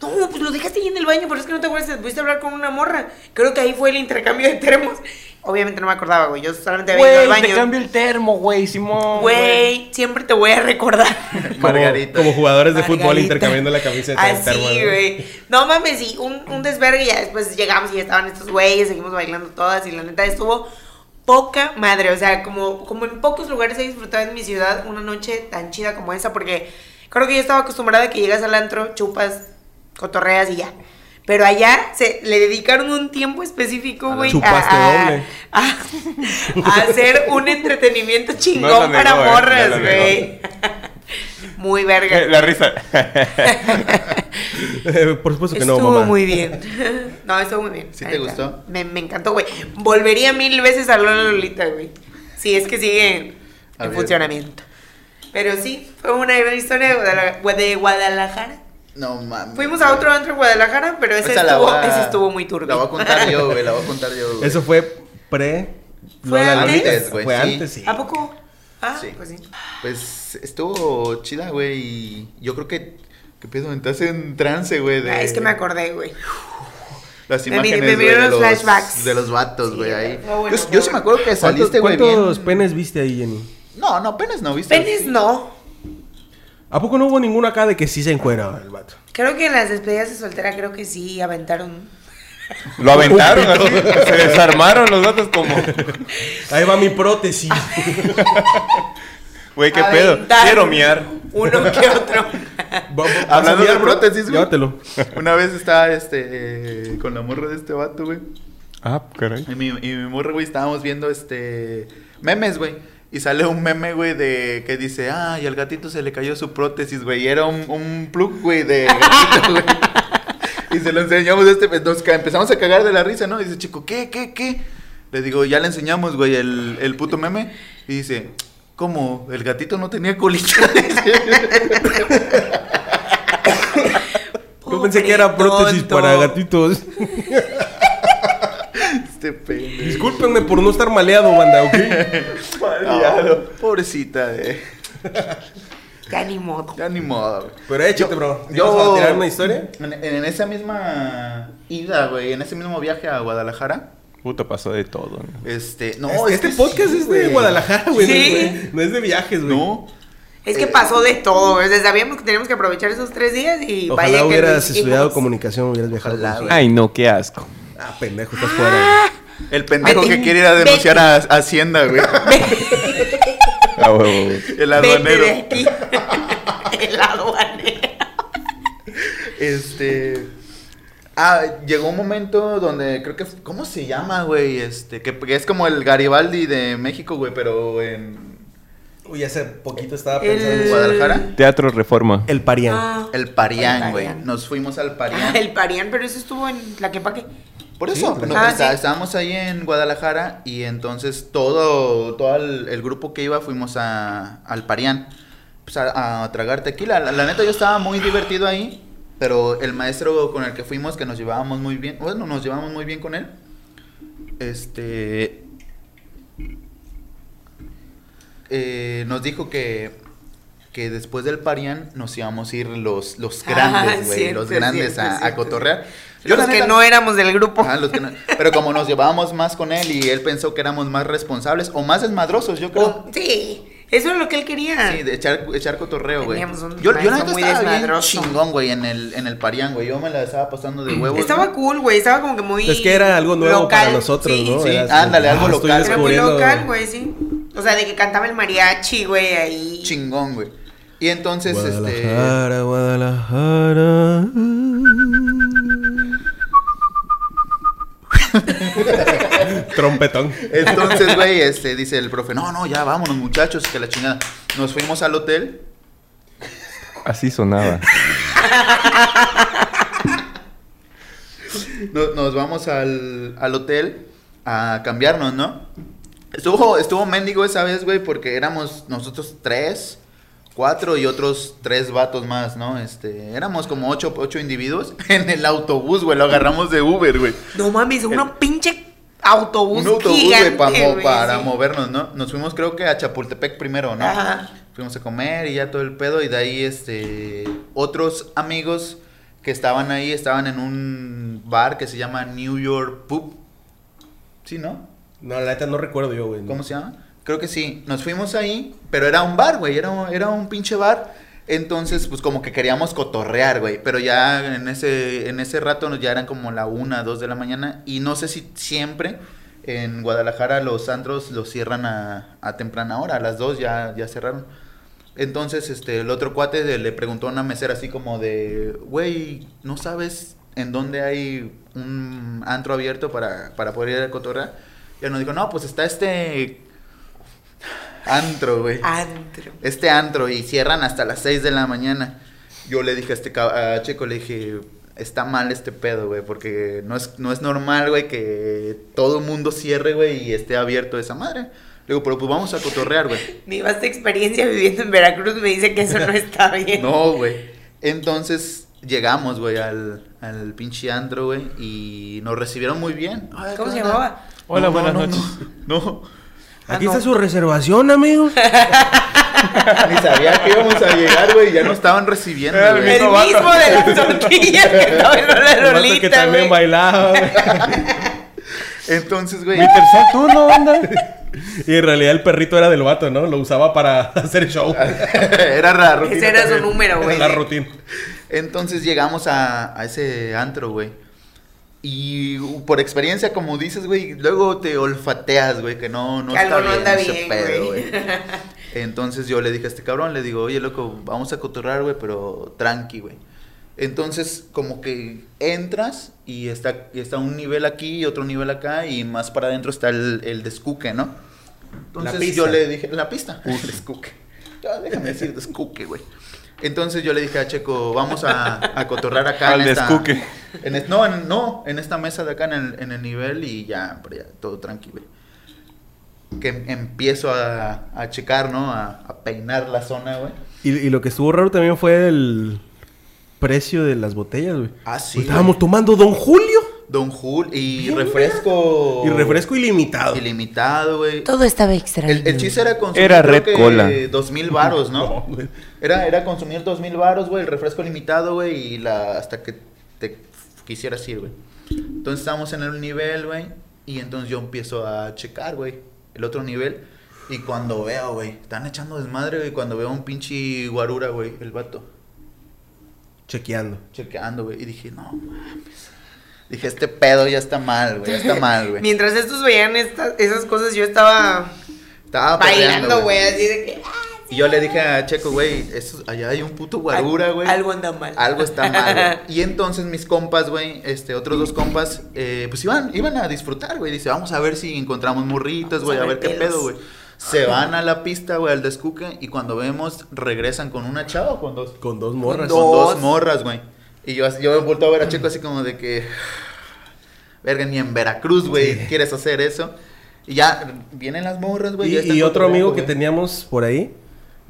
no, pues lo dejaste ahí en el baño, pero es que no te acuerdas, te fuiste a hablar con una morra. Creo que ahí fue el intercambio de termos. Obviamente no me acordaba, güey. Yo solamente había ido al Güey, baño. te cambio el termo, güey, Simón. Güey, siempre te voy a recordar. Como- Margarita. Como, jugadores de fútbol Margarita. intercambiando la camiseta del Así, termo. ¿no? güey. No mames, y un, un desvergue. Y ya después llegamos y ya estaban estos güeyes. Seguimos bailando todas. Y la neta estuvo poca madre. O sea, como, como en pocos lugares he disfrutado en mi ciudad una noche tan chida como esa. Porque creo que yo estaba acostumbrada a que llegas al antro, chupas, cotorreas y ya. Pero allá se le dedicaron un tiempo específico, güey. a- Chupaste a- doble. a- a hacer un entretenimiento chingón No la negó, para eh, no morras, la negó. güey. Muy Eh, verga. La risa. Eh, Por supuesto que no, estuvo mamá. muy bien. No, estuvo muy bien. ¿Sí la te neta. gustó? Me, me encantó, güey. Volvería mil veces a Lola Lolita, güey. Si es que sigue en- en Abierto. funcionamiento. Pero sí, fue una gran historia de Guadala- de Guadalajara. No mames. Fuimos a otro antro en Guadalajara, pero ese, Ah, Esa la estuvo, voy a- ese estuvo muy turbio. La voy a contar yo, güey, la voy a contar yo, güey. Eso fue pre. ¿Fue Lola antes? Lolita. Antes, güey, Fue sí. antes, sí. ¿A poco? Ah, Sí. pues sí. Pues estuvo chida, güey. Y yo creo que. ¿Qué pedo? Estás en trance, güey. De... Ah, es que me acordé, güey. Las Me vi- imágenes me güey, vieron de, los los flashbacks. de los vatos, Sí, güey. güey, ahí. fue bueno, yo fue yo sí me bueno. acuerdo que ¿Cuántos, saliste, güey. cuántos bien- penes viste ahí, Jenny? No, no, penes no, ¿viste? Penes no. ¿A poco no hubo ninguno acá de que sí se encueraba el vato? Creo que en las despedidas de soltera creo que sí aventaron. Lo aventaron así. Se desarmaron los datos como. Ahí va mi prótesis. Güey, qué pedo. Aventaron Quiero miar. Uno que otro. Hablando de prótesis, güey. Llévatelo. Una vez estaba este, eh, con la morra de este vato, güey. Ah, caray. Y mi, y mi morra, güey, estábamos viendo este memes, güey. Y sale un meme, güey, de que dice, ah, y al gatito se le cayó su prótesis, güey. Y era un, un plug, güey, de gatito, güey. Y se lo enseñamos a este, pues, nos ca- empezamos a cagar de la risa, ¿no? Y dice, chico, ¿qué, qué, qué? Le digo, ya le enseñamos, güey, el, el puto meme. Y dice, ¿cómo? ¿El gatito no tenía colita? Yo pensé que era prótesis Pobre para tonto. gatitos. este pendejo. Discúlpenme por no estar maleado, banda, ¿ok? Ah, pobrecita, eh. Ya ni modo. Ya ni modo, güey. Pero échate, Yo- bro. ¿Tienes Yo, para tirar una historia? En, en esa misma ida, güey, en ese mismo viaje a Guadalajara, Puta, pasó de todo. ¿no? este, no, Este, es que este podcast sí, es de güey. Guadalajara, güey. Sí. No, es de- no es de viajes, güey. No, Es que Eh, pasó de todo, güey. O sea, sabíamos que teníamos que aprovechar esos tres días y Ojalá vaya que lo hubieras hicimos. estudiado comunicación, hubieras viajado. Ojalá, con- güey. Ay, no, qué asco. Ah, pendejo, estás fuera. el pendejo Vete. que quiere ir a denunciar a, a Hacienda, güey. Ah, huevo, huevo. El Vete de aduanero. aquí. El aduanero. Este. Ah, llegó un momento donde creo que. ¿Cómo se llama, güey? Este, que, que es como el Garibaldi de México, güey, pero en Uy, hace poquito estaba pensando pensando. en- Guadalajara. Teatro Reforma. El parián. Ah, El El Parián, güey. Parián. Nos fuimos al ah, Parián. el parián, pero eso estuvo en la quepaque. Por Sí, eso, claro. no, Ah, está- sí. estábamos ahí en Guadalajara y entonces todo, todo el, el grupo que iba fuimos a, al Parián pues, a, a tragar tequila. La, la neta yo estaba muy divertido ahí, pero el maestro con el que fuimos, que nos llevábamos muy bien, bueno, nos llevábamos muy bien con él, este... eh, nos dijo que, que después del Parián nos íbamos a ir los, los Ah, grandes, güey, los cierto, grandes cierto, a, a cierto. cotorrear. Yo, Los la que neta, no éramos del grupo. Ajá, Ah, los que no- Pero como nos llevábamos más con él y él pensó que éramos más responsables o más desmadrosos, yo creo. O- Oh, sí, eso es lo que él quería. Sí, de echar, echar cotorreo, güey. Teníamos un Yo, yo la neta maestro muy estaba bien desmadroso. chingón, güey, en el, en el parián, güey. Yo me la estaba pasando de huevos. Estaba cool, güey. Estaba como que muy. Es que era algo nuevo local, para nosotros, sí, ¿no? sí, Era así, "Ah, ándale, algo local. estoy Era muy descubriendo- local, güey, sí. O sea, de que cantaba el mariachi, güey, ahí. chingón, güey. Y entonces, este... Guadalajara, Guadalajara. Trompetón. Entonces, güey, este, dice el profe, no, no, ya vámonos, muchachos, que la chingada. Nos fuimos al hotel. Así sonaba. No- nos vamos al, al hotel a cambiarnos, ¿no? Estuvo, estuvo mendigo esa vez, güey, porque éramos nosotros tres, cuatro y otros tres vatos más, ¿no? Este, éramos como ocho, ocho individuos en el autobús, güey, lo agarramos de Uber, güey. No mames, una pinche autobús. Un autobús, gigante, güey, pa- mo- güey, para sí. movernos, ¿no? Nos fuimos creo que a Chapultepec primero, ¿no? Ajá. Fuimos a comer y ya todo el pedo y de ahí, este, otros amigos que estaban ahí, estaban en un bar que se llama New York Pub. ¿Sí, no? No, la neta no recuerdo yo, güey. ¿Cómo se llama? Creo que sí. Nos fuimos ahí, pero era un bar, güey. Era, un- era un pinche bar. Entonces, pues como que queríamos cotorrear, güey. Pero ya en ese, en ese rato nos- ya eran como la una, dos de la mañana. Y no sé si siempre en Guadalajara los antros los cierran a, a temprana hora. A las dos ya, ya cerraron. Entonces, este, el otro cuate de- le preguntó a una mesera así como de, güey, ¿no sabes en dónde hay un antro abierto para, para poder ir a cotorrear? Y él nos dijo, no, pues está este antro, güey. Ah. Antro. Este antro y cierran hasta las 6 de la mañana. Yo le dije a este cab- a Checo, le dije, está mal este pedo, güey, porque no es, no es normal, güey, que todo mundo cierre, güey, y esté abierto esa madre. Le digo, pero pues vamos a cotorrear, güey. Mi vasta experiencia viviendo en Veracruz me dice que eso no está bien. No, güey. Entonces llegamos, güey, al, al pinche antro, güey, y nos recibieron muy bien. Ay, ¿Cómo ¿qué onda? se llamaba? Hola, No, buenas no, no, noches. No, no. Aquí Ah, no. está su reservación, amigo. ni sabía que íbamos a llegar, güey, ya nos estaban recibiendo, Era el güey. El mismo vato. mismo de las tortillas que estaba en la El vato que Lolita, también güey. bailaba, güey. Entonces, güey, Mi tercer turno, anda. Y en realidad el perrito era del vato, ¿no? Lo usaba para hacer show. Ah, era raro. Ese era su número, Era güey. la rutina. Entonces llegamos a, a ese antro, güey. Y u- por experiencia, como dices, güey, luego te olfateas, güey, que no, no Que algo no anda ese bien, pedo, güey. Entonces yo le dije a este cabrón, le digo, oye, loco, vamos a cotorrar, güey, pero tranqui, güey. Entonces, como que entras y está, y está un nivel aquí y otro nivel acá y más para adentro está el, el descuque, ¿no? Entonces pista. yo le dije, la pista, el descuque. Ya, déjame decir descuque, güey. Entonces yo le dije a Checo, vamos a, a cotorrar acá. Al en esta- descuque. en es- no, en, no, en esta mesa de acá en el, en el nivel y ya, pero ya, todo tranquilo. Que em- empiezo a, a checar, ¿no? A, a peinar la zona, güey. Y, y lo que estuvo raro también fue el precio de las botellas, güey. Ah, sí, Estábamos güey. tomando Don Julio. Don Jul y refresco. Y refresco ilimitado. ilimitado, güey. Todo estaba extraño. El, el chiste era consumir Era creo Red que, Cola. dos mil varos, No, ¿no? güey. Era, era consumir dos mil varos, güey, el refresco limitado, güey, y la, hasta que te quisieras ir, güey. Entonces estábamos en el nivel, güey, y entonces yo empiezo a checar, güey, el otro nivel. Y cuando veo, güey, están echando desmadre, güey, cuando veo a un pinche guarura, güey, el vato, Chequeando. chequeando, güey, y dije, no mames. Dije, este pedo ya está mal, güey, ya está mal, güey. Mientras estos veían estas, esas cosas, yo estaba Estaba perreando, bailando, güey, así de que. Y yo le dije a Checo, güey, eso- allá hay un puto guarura, güey. Algo anda mal. Algo está mal. güey. Y entonces mis compas, güey, este, otros dos compas, eh, pues iban, iban a disfrutar, güey. Dice, vamos a ver si encontramos morritas, Vamos güey, a a ver ver qué pedos. pedo, güey. Se van a la pista, güey, al descuque y cuando vemos regresan con una chava o con dos. Con dos Con morras. Dos. dos morras, güey. Y yo, así- yo me vuelto a ver a Checo así como de que. Verga, ni en Veracruz, güey, quieres hacer eso. Y ya vienen las morras, güey. Y, ya están y otro cotorreando, amigo que güey. teníamos por ahí,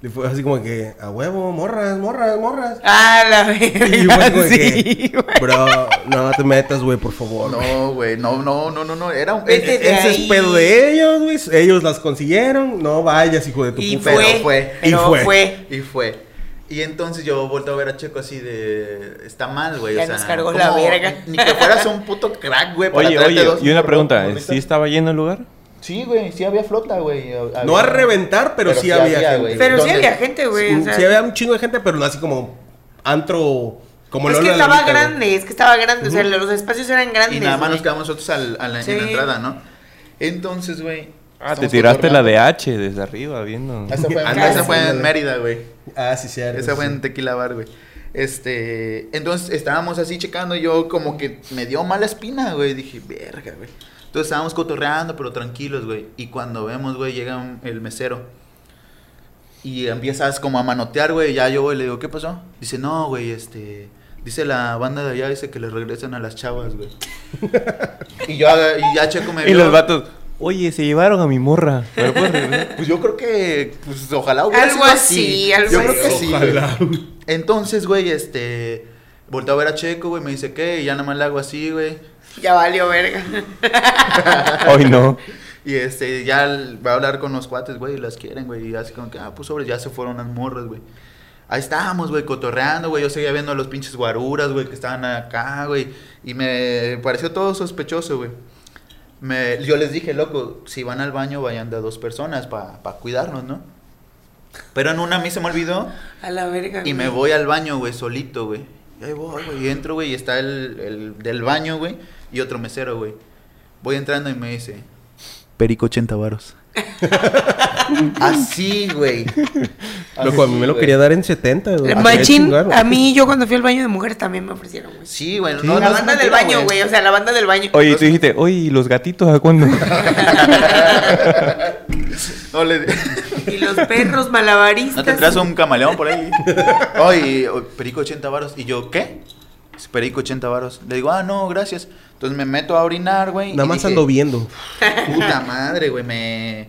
le fue así como que, a huevo, morras, morras, morras. Ah, la Y yo fue como verga. de Sí, que, güey. bro, no te metas, güey, por favor. güey". No, güey, no, no, no, no, no, era un... Vete eh, de eh, E-, Ese es ahí. pedo de ellos, güey. Ellos las consiguieron. No vayas, hijo de tu Y puta. pero fue, fue. Pero Y fue. fue. Y fue. Y entonces yo volteo a ver a Checo así de... Está mal, güey, o Ya sea... nos cargó la ¿cómo? verga. Ni que fueras un puto crack, güey, para Oye, traerte oye, dos y una morro- pregunta, morritas. ¿sí estaba lleno el lugar? Sí, güey, sí había flota, güey. había- No a reventar, pero, sí, había, gente. güey. Pero sí ¿Dónde? había gente, güey. o Sí, sea, Mm, sí había un chingo de gente, pero no así como antro. Como es Lola que Lolita, estaba güey. grande, es que estaba grande. O sea, los espacios eran grandes. Y nada más güey. nos quedamos nosotros al- a la, en Sí. la entrada, ¿no? Entonces, güey... Ah, te estamos tiraste la cotorreando. de H desde arriba, viendo. Esa fue, en- Ándale, esa fue en ándale. Mérida, güey. Ah, sí, sí. era, Esa sí. fue en Tequila Bar, güey. Este, entonces estábamos así checando, yo como que me dio mala espina, güey. Dije, verga, güey. Entonces estábamos cotorreando, pero tranquilos, güey. Y cuando vemos, güey, llega un- el mesero. Y empiezas como a manotear, güey. Ya yo, güey, le digo, ¿qué pasó? Dice, no, güey, este. Dice la banda de allá, dice que le regresan a las chavas, güey. y yo, haga- y ya checo me Y vio. los vatos, oye, se llevaron a mi morra. ¿Me lo puedes regresar?" Pues yo creo que, pues ojalá hubiera Algo sido así, algo Yo creo que así. sí, güey. Ojalá. Entonces, güey, este. Volteo a ver a Checo, güey, me dice, ¿qué? Y ya nada más le hago así, güey. Ya valió verga. Hoy no. Y este, ya l- va a hablar con los cuates, güey, y las quieren, güey. Y así como que, ah, pues sobre, ya se fueron las morras, güey. Ahí estábamos, güey, cotorreando, güey. Yo seguía viendo a los pinches guaruras, güey, que estaban acá, güey. Y me pareció todo sospechoso, güey. Me, yo les dije, loco, si van al baño, vayan de a dos personas para cuidarnos, ¿no? Pero en una a mí se me olvidó A la verga. Y me güey. voy al baño, güey, solito, güey. Y ahí voy, güey, y entro, güey, y está el, el del baño, güey, y otro mesero, güey. Voy entrando y me dice, Perico 80 varos. Así, güey. Loco, a mí Así, me lo güey. quería dar en 70, güey. Machín, Ah, Qué chingón, güey. a mí yo cuando fui al baño de mujeres también me ofrecieron, güey. Sí, güey. Sí, no, no la es banda del mentira, baño, güey. O sea, la banda del baño. Oye, y tú dijiste, oye, ¿y los gatitos a cuándo? No, le... Y los perros ¿No malabaristas. tendrás un camaleón por ahí? Oye, Perico 80 varos. Y yo, ¿qué? Dice, Perico 80 varos. Le digo, ah, no, gracias. Entonces me meto a orinar, güey. Nada y más dije, ando viendo. Puta madre, güey, me...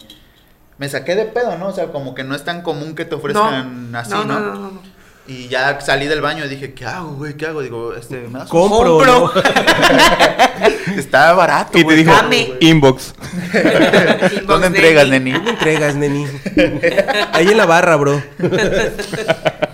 Me saqué de pedo, ¿no? O sea, como que no es tan común que te ofrezcan no, así, no, ¿no? no, no, no, no. Y ya salí del baño y dije, ¿qué hago, güey? ¿Qué hago? Digo, este, me das un- Compro. Compro. ¿no? Está barato, Y te güey. dijo, Dame. inbox. Inbox ¿Dónde de entregas, mí. neni? ¿Dónde entregas, neni? Ahí en la barra, bro.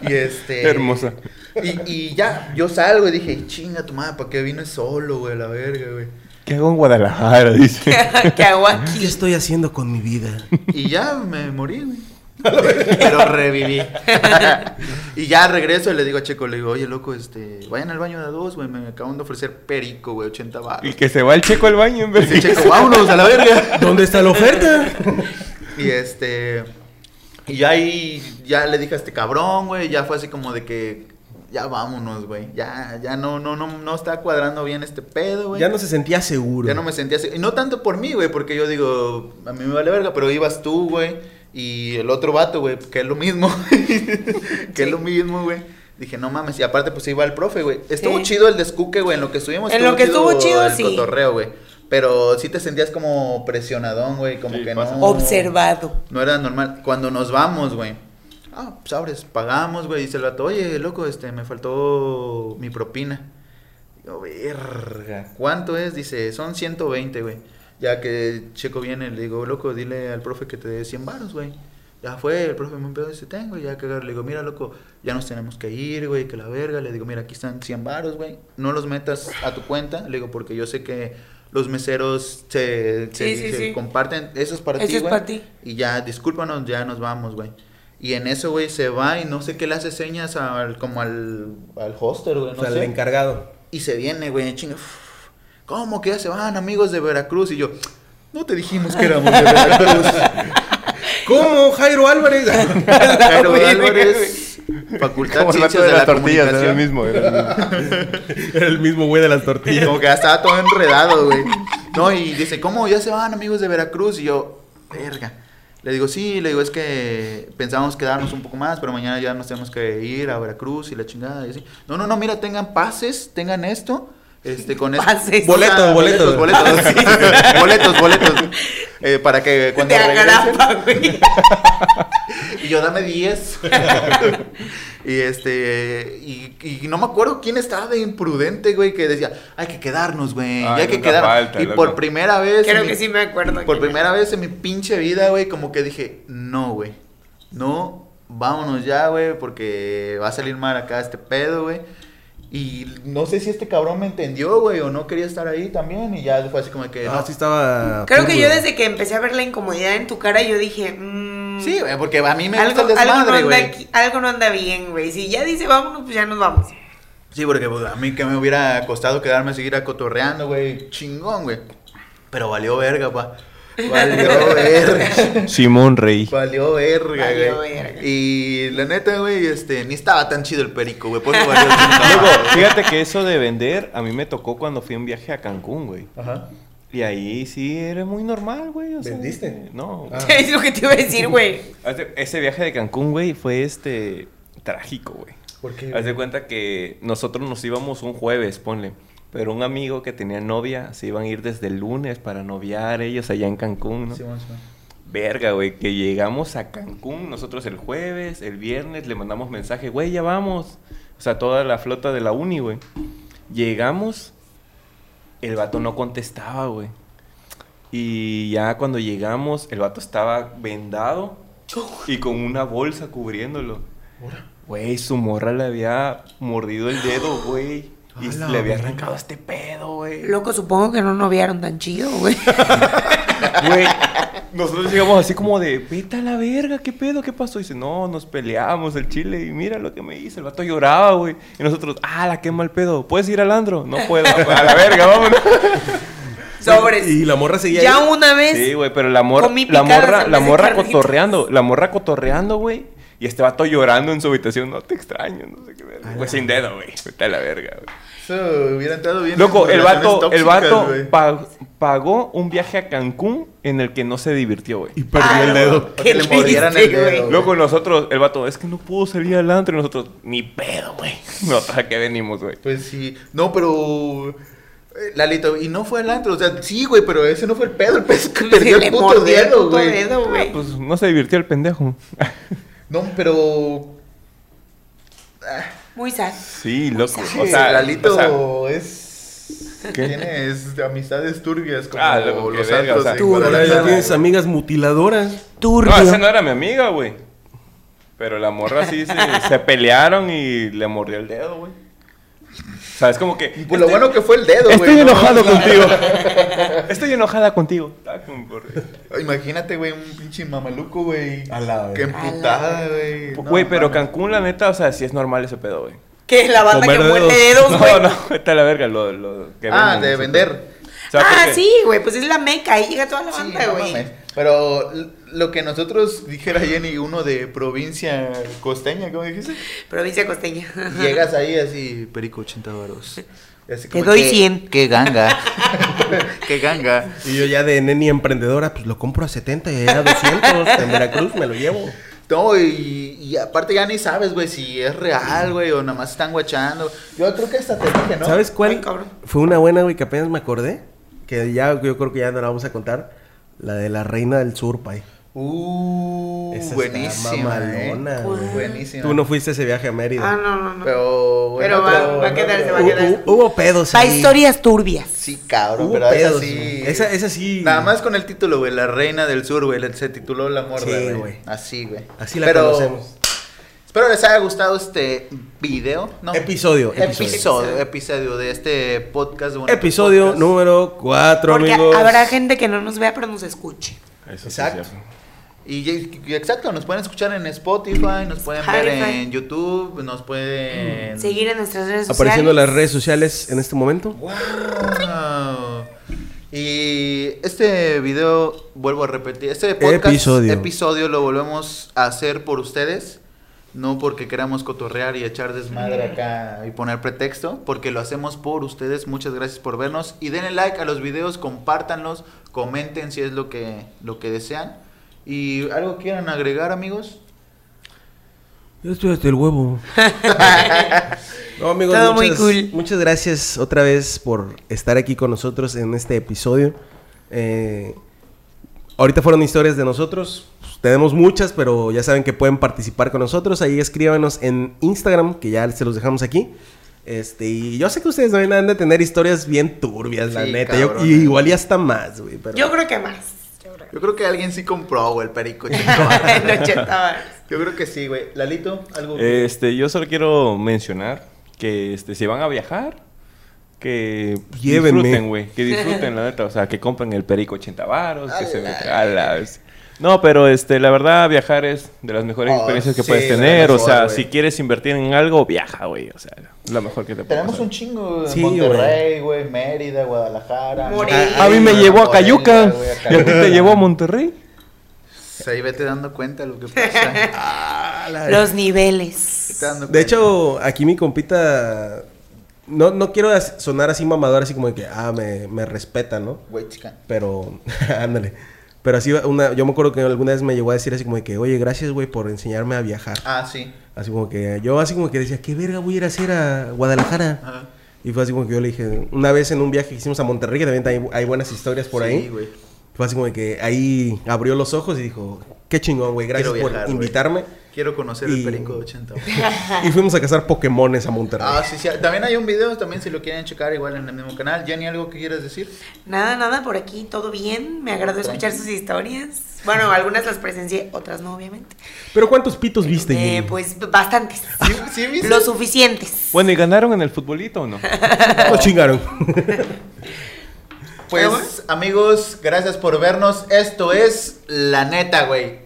Y este... Hermosa. Y, y ya, yo salgo y dije, chinga tu madre, ¿para qué vine solo, güey? a La verga, güey. ¿Qué hago en Guadalajara? Dice. ¿Qué hago aquí? ¿Qué estoy haciendo con mi vida? Y ya me morí, güey. Pero reviví. y ya regreso y le digo a Checo, le digo, oye, loco, este, vayan al baño de a dos, güey, me acaban de ofrecer perico, güey, 80 baros. El que se va al checo al baño en vez Dice de... Checo, vámonos a la verga. ¿Dónde está la oferta? Y este. Y ya ahí. Ya le dije a este cabrón, güey. Ya fue así como de que. Ya vámonos, güey. Ya, ya no, no, no, no está cuadrando bien este pedo, güey. Ya no se sentía seguro. Ya no me sentía así. Y no tanto por mí, güey, porque yo digo, a mí me vale verga, pero ibas tú, güey. Y el otro vato, güey, que es lo mismo. que es lo mismo, güey. Dije, no mames. Y aparte, pues iba el profe, güey. Estuvo Sí. chido el descuque, güey. En lo que estuvimos. En lo que estuvo chido, el sí. cotorreo, güey. Pero sí te sentías como presionadón, güey. Como Sí, que pasa. no. Observado. No era normal. Cuando nos vamos, güey. Ah, pues abres, pagamos, güey. Dice el vato, oye, loco, este, me faltó mi propina. Yo, verga. ¿Cuánto es? Dice, son 120, güey. Ya que Checo viene, le digo, loco, dile al profe que te dé 100 baros, güey. Ya fue, el profe me empezó dice, tengo, ya que le digo, mira, loco, ya nos tenemos que ir, güey, que la verga. Le digo, mira, aquí están 100 baros, güey. No los metas a tu cuenta, le digo, porque yo sé que los meseros se, se- Sí, sí, se sí. comparten. Eso es para Eso ti, es güey. para ti. Y ya, discúlpanos, ya nos vamos, güey. Y en eso, güey, se va y no sé qué le hace señas al, como al, al hoster, güey. No o sea, sé. el encargado. Y se viene, güey, chinga. uf, ¿Cómo que ya se van amigos de Veracruz? Y yo, no te dijimos que éramos de Veracruz. ¿Cómo, Jairo Álvarez? Pero Álvarez, Facultad Como el vato Ciencias de, de la las tortillas, era el Comunicación. mismo. era el mismo. ¿eh? Era el mismo güey de las Y tortillas. como que ya estaba todo enredado, güey. No, y dice, ¿cómo ya se van amigos de Veracruz? Y yo, verga. Le digo, sí, le digo, es que pensábamos quedarnos un poco más, pero mañana ya nos tenemos que ir a Veracruz y la chingada. Y así, no, no, no, mira, tengan pases, tengan esto. Este, con esto- Pases. Boletos, Ah, boletos. boletos, boletos, boletos. Eh, para que cuando Te regresen. agrapa, güey. Y yo dame 10. y este. Y, y no me acuerdo quién estaba de imprudente, güey, que decía, hay que quedarnos, güey. Ay, hay que nunca quedarnos. falta, y loco. por primera vez. Creo en que mi- sí me acuerdo. Por quién primera vez en mi pinche vida, güey, como que dije, no, güey. No, vámonos ya, güey, porque va a salir mal acá este pedo, güey. Y no sé si este cabrón me entendió, güey, o no quería estar ahí también. Y ya fue así como que. Ah, Eh, no. sí estaba... Creo que yo púrpura. desde que empecé a ver la incomodidad en tu cara, yo dije, mmm, Sí, güey, porque a mí me gusta algo, el algo no desmadre, anda güey. aquí- algo no anda bien, güey. Si ya dice vámonos, pues ya nos vamos. Sí, porque pues, a mí que me hubiera costado quedarme a seguir acotorreando, güey. Chingón, güey. Pero valió verga, pa. Valió verga. Simón Rey. Valió verga, güey. Valió verga. Y la neta, güey, este, ni estaba tan chido el perico, güey. Por eso valió cinco Luego, baros, güey. fíjate que eso de vender, a mí me tocó cuando fui en viaje a Cancún, güey. Ajá. Y ahí sí era muy normal, güey. o sea, ¿Vendiste? No. Ah. es lo que te iba a decir, güey. Hace- Ese viaje de Cancún, güey, fue este trágico, güey. ¿Por qué? Haz de cuenta que nosotros nos íbamos un jueves, ponle. Pero un amigo que tenía novia se iban a ir desde el lunes para noviar ellos allá en Cancún, ¿no? Sí, vamos, güey. Verga, güey, que llegamos a Cancún nosotros el jueves, el viernes, le mandamos mensaje, güey, ya vamos. O sea, toda la flota de la uni, güey. Llegamos, el vato no contestaba, güey. Y ya cuando llegamos, el vato estaba vendado y con una bolsa cubriéndolo. Güey, su morra le había mordido el dedo, güey. Y A la le había verga. arrancado este pedo, güey. Loco, supongo que no noviaron tan chido, güey. Güey, nosotros llegamos así como de, vete a la verga, ¿qué pedo? ¿Qué pasó? Y dice, no, nos peleamos el chile y mira lo que me hizo. El vato lloraba, güey. Y nosotros, ah, la qué mal pedo. ¿Puedes ir al andro? No puedo. a la verga, vámonos. Sobres. Y la morra seguía ya ahí. una vez. Sí, güey, pero la morra, Comí la picadas morra, en la vez de morra carnitas. cotorreando, la morra cotorreando, güey. Y este vato llorando en su habitación, no te extraño, no sé qué verga. Ah. Güey, sin dedo, güey. Vete a la verga, güey. Eso hubiera entrado bien. Loco, en el vato, relaciones el tóxicas, vato güey. pa- pagó un viaje a Cancún en el que no se divirtió, güey. Y perdió Ay, el dedo. Para que le Ah, Qué mordieran el triste, güey. dedo. güey. Luego nosotros, el vato, es que no pudo salir al antro y nosotros, ni pedo, güey. No, ¿para qué venimos, güey? Pues sí. No, pero. eh, Lalito, y no fue el antro, o sea, sí, güey, pero ese no fue el pedo, el pedo que perdió le el puto mordió el dedo, puto güey. dedo, güey. Ah, pues no se divirtió el pendejo. No, pero. pues, Muy sad. Sí, loco. O sea, Lalito o sea, es. ¿Qué? Tiene es- amistades turbias como Ah, loco, qué los verga, antros o sea, en tú, Ahora ya Guadalajara, tienes güey. amigas mutiladoras. Ah, Turbio. no, esa no era mi amiga, güey. Pero la morra sí se, se pelearon y le mordió el dedo, güey. O sea, es como que. "Este, Y Pues lo bueno que fue el dedo, güey. Estoy ¿no? enojado contigo. Estoy enojada contigo. Ah, como por- Imagínate, güey, un pinche mamaluco, güey. A la Qué verga. emputada, güey. Güey, No, pero mames. Cancún, la neta, o sea, sí es normal ese pedo, güey. Que la banda Comer que muerde dedos. dedos, güey. No, no, está la verga lo, lo que Ah, venden de nosotros. vender. O sea, ah, porque- sí, güey. Pues es la meca. Ahí llega toda la Sí, banda, no güey. mames. Pero l- lo que nosotros dijera Jenny, uno de provincia costeña, ¿cómo dijiste? Provincia costeña. Llegas ahí así, perico 80 varos. Y así como, doy "Qué- 100". Qué ganga. qué ganga. Y yo ya de neni emprendedora, pues lo compro a 70 y allá a 200. en Veracruz me lo llevo. No, y, y aparte ya ni sabes, güey, si es real, güey, o nada más están guachando. Yo creo que hasta te dije, ¿no? ¿Sabes cuál? Ay, cabrón. Fue una buena, güey, que apenas me acordé. Que ya, yo creo que ya no la vamos a contar. La de la reina del sur, pay. Uh, Esa está buenísima. eh. mamalona, güey. Buenísima. Tú no fuiste a ese viaje a Ah, Mérida. no, no, no. Pero, bueno, Pero va- pero- Uh, va a quedarse, va a Hu- quedar- hu- hubo pedos. Hay ahí. historias turbias. Sí, cabrón, Hubo pero esa pedos. sí. güey. Esa, esa sí. Nada más con el título, güey, La Reina del Sur, güey, se tituló La Morra, Sí, güey. güey. Así, güey. Así la Pero conocemos. Espero les haya gustado este video, ¿no? Episodio, episodio, episodio. episodio, de este podcast. de un Episodio podcast. número 4, Porque amigos. habrá gente que no nos vea, pero nos escuche. Eso sí Exacto. es cierto. Y, y- y exacto, nos pueden escuchar en Spotify, nos pueden ver Spotify. en YouTube, nos pueden... Seguir en nuestras redes sociales. Apareciendo en las redes sociales en este momento. ¡Wow! Y este video, vuelvo a repetir, este podcast, Episodio. episodio lo volvemos a hacer por ustedes, no porque queramos cotorrear y echar desmadre acá y poner pretexto, porque lo hacemos por ustedes. Muchas gracias por vernos y denle like a los videos, compártanlos, comenten si es lo que, lo que desean. ¿Y algo quieran agregar, amigos? Yo estoy hasta el huevo. no, amigos, Todo muy muchas, cool. muchas gracias otra vez por estar aquí con nosotros en este episodio. Eh, ahorita fueron historias de nosotros. Pues, Tenemos muchas, pero ya saben que pueden participar con nosotros. Ahí escríbanos en Instagram, que ya se los dejamos aquí. Este, y yo sé que ustedes también han de tener historias bien turbias, la Sí, neta. Yo- cabrón. y igual y hasta más, güey. pero- Yo creo que más. Yo creo que alguien sí compró, güey, el perico. chingón. en 80 varas. Yo creo que sí, güey. Lalito, algo... Este, yo solo quiero mencionar que este, si van a viajar, que pues, Llévenme. disfruten, güey. Que disfruten, la neta. O sea, que compren el perico 80 varos, que A se la- a la vez. No, pero este, la verdad, viajar es de las mejores Oh, experiencias que sí, puedes la tener. o mejor, sea, güey. si quieres invertir en algo, viaja, güey. O sea, lo mejor que te puede Tenemos pasar. un chingo en Sí, Monterrey, güey, Mérida, Guadalajara. Morelia. A mí me llevó a Morelia, Cayuca güey, a y a ti Cayuca. te llevó a Monterrey. Sí, Ahí vete dando cuenta lo que pasa. Ah, la- Los niveles. Vete dando De cuenta. hecho, aquí mi compita. No, no quiero as- sonar así mamador, así como de que, ah, me, me respeta, ¿no? güey, chica. Pero, ándale. Pero así, una, yo me acuerdo que alguna vez me llegó a decir así como de que, oye, gracias, güey, por enseñarme a viajar. Ah, sí. Así como que, yo así como que decía, ¿qué verga voy a ir a hacer a Guadalajara? Ajá. Y fue así como que yo le dije, una vez en un viaje que hicimos a Monterrey, que también hay, hay buenas historias por Sí, ahí. güey. Fue así como de que ahí abrió los ojos y dijo, qué chingón, güey, gracias Quiero viajar, por güey. invitarme. Quiero conocer Y- el perico de 80. güey. Y fuimos a cazar Pokémones a Monterrey. Ah, sí, sí. También hay un video, también si lo quieren checar, igual en el mismo canal. Jenny, ¿algo que quieras decir? Nada, nada, por aquí todo bien. Me agradó escuchar sus historias. Bueno, algunas las presencié, otras no, obviamente. Pero ¿cuántos pitos viste? Eh, Jenny? pues bastantes. ¿Sí, sí Ah, viste? Lo suficientes. Bueno, ¿y ganaron en el futbolito o no? No chingaron. Pues, amigos, gracias por vernos. Esto es La Neta, güey.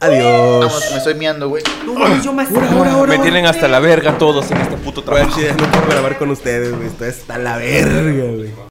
Adiós. Vamos, me estoy miando, güey. No, mames, yo más. Me tienen hasta la verga todos en este puto trabajo. Güey, al chile, no puedo grabar con ustedes, güey. Esto está la verga, güey.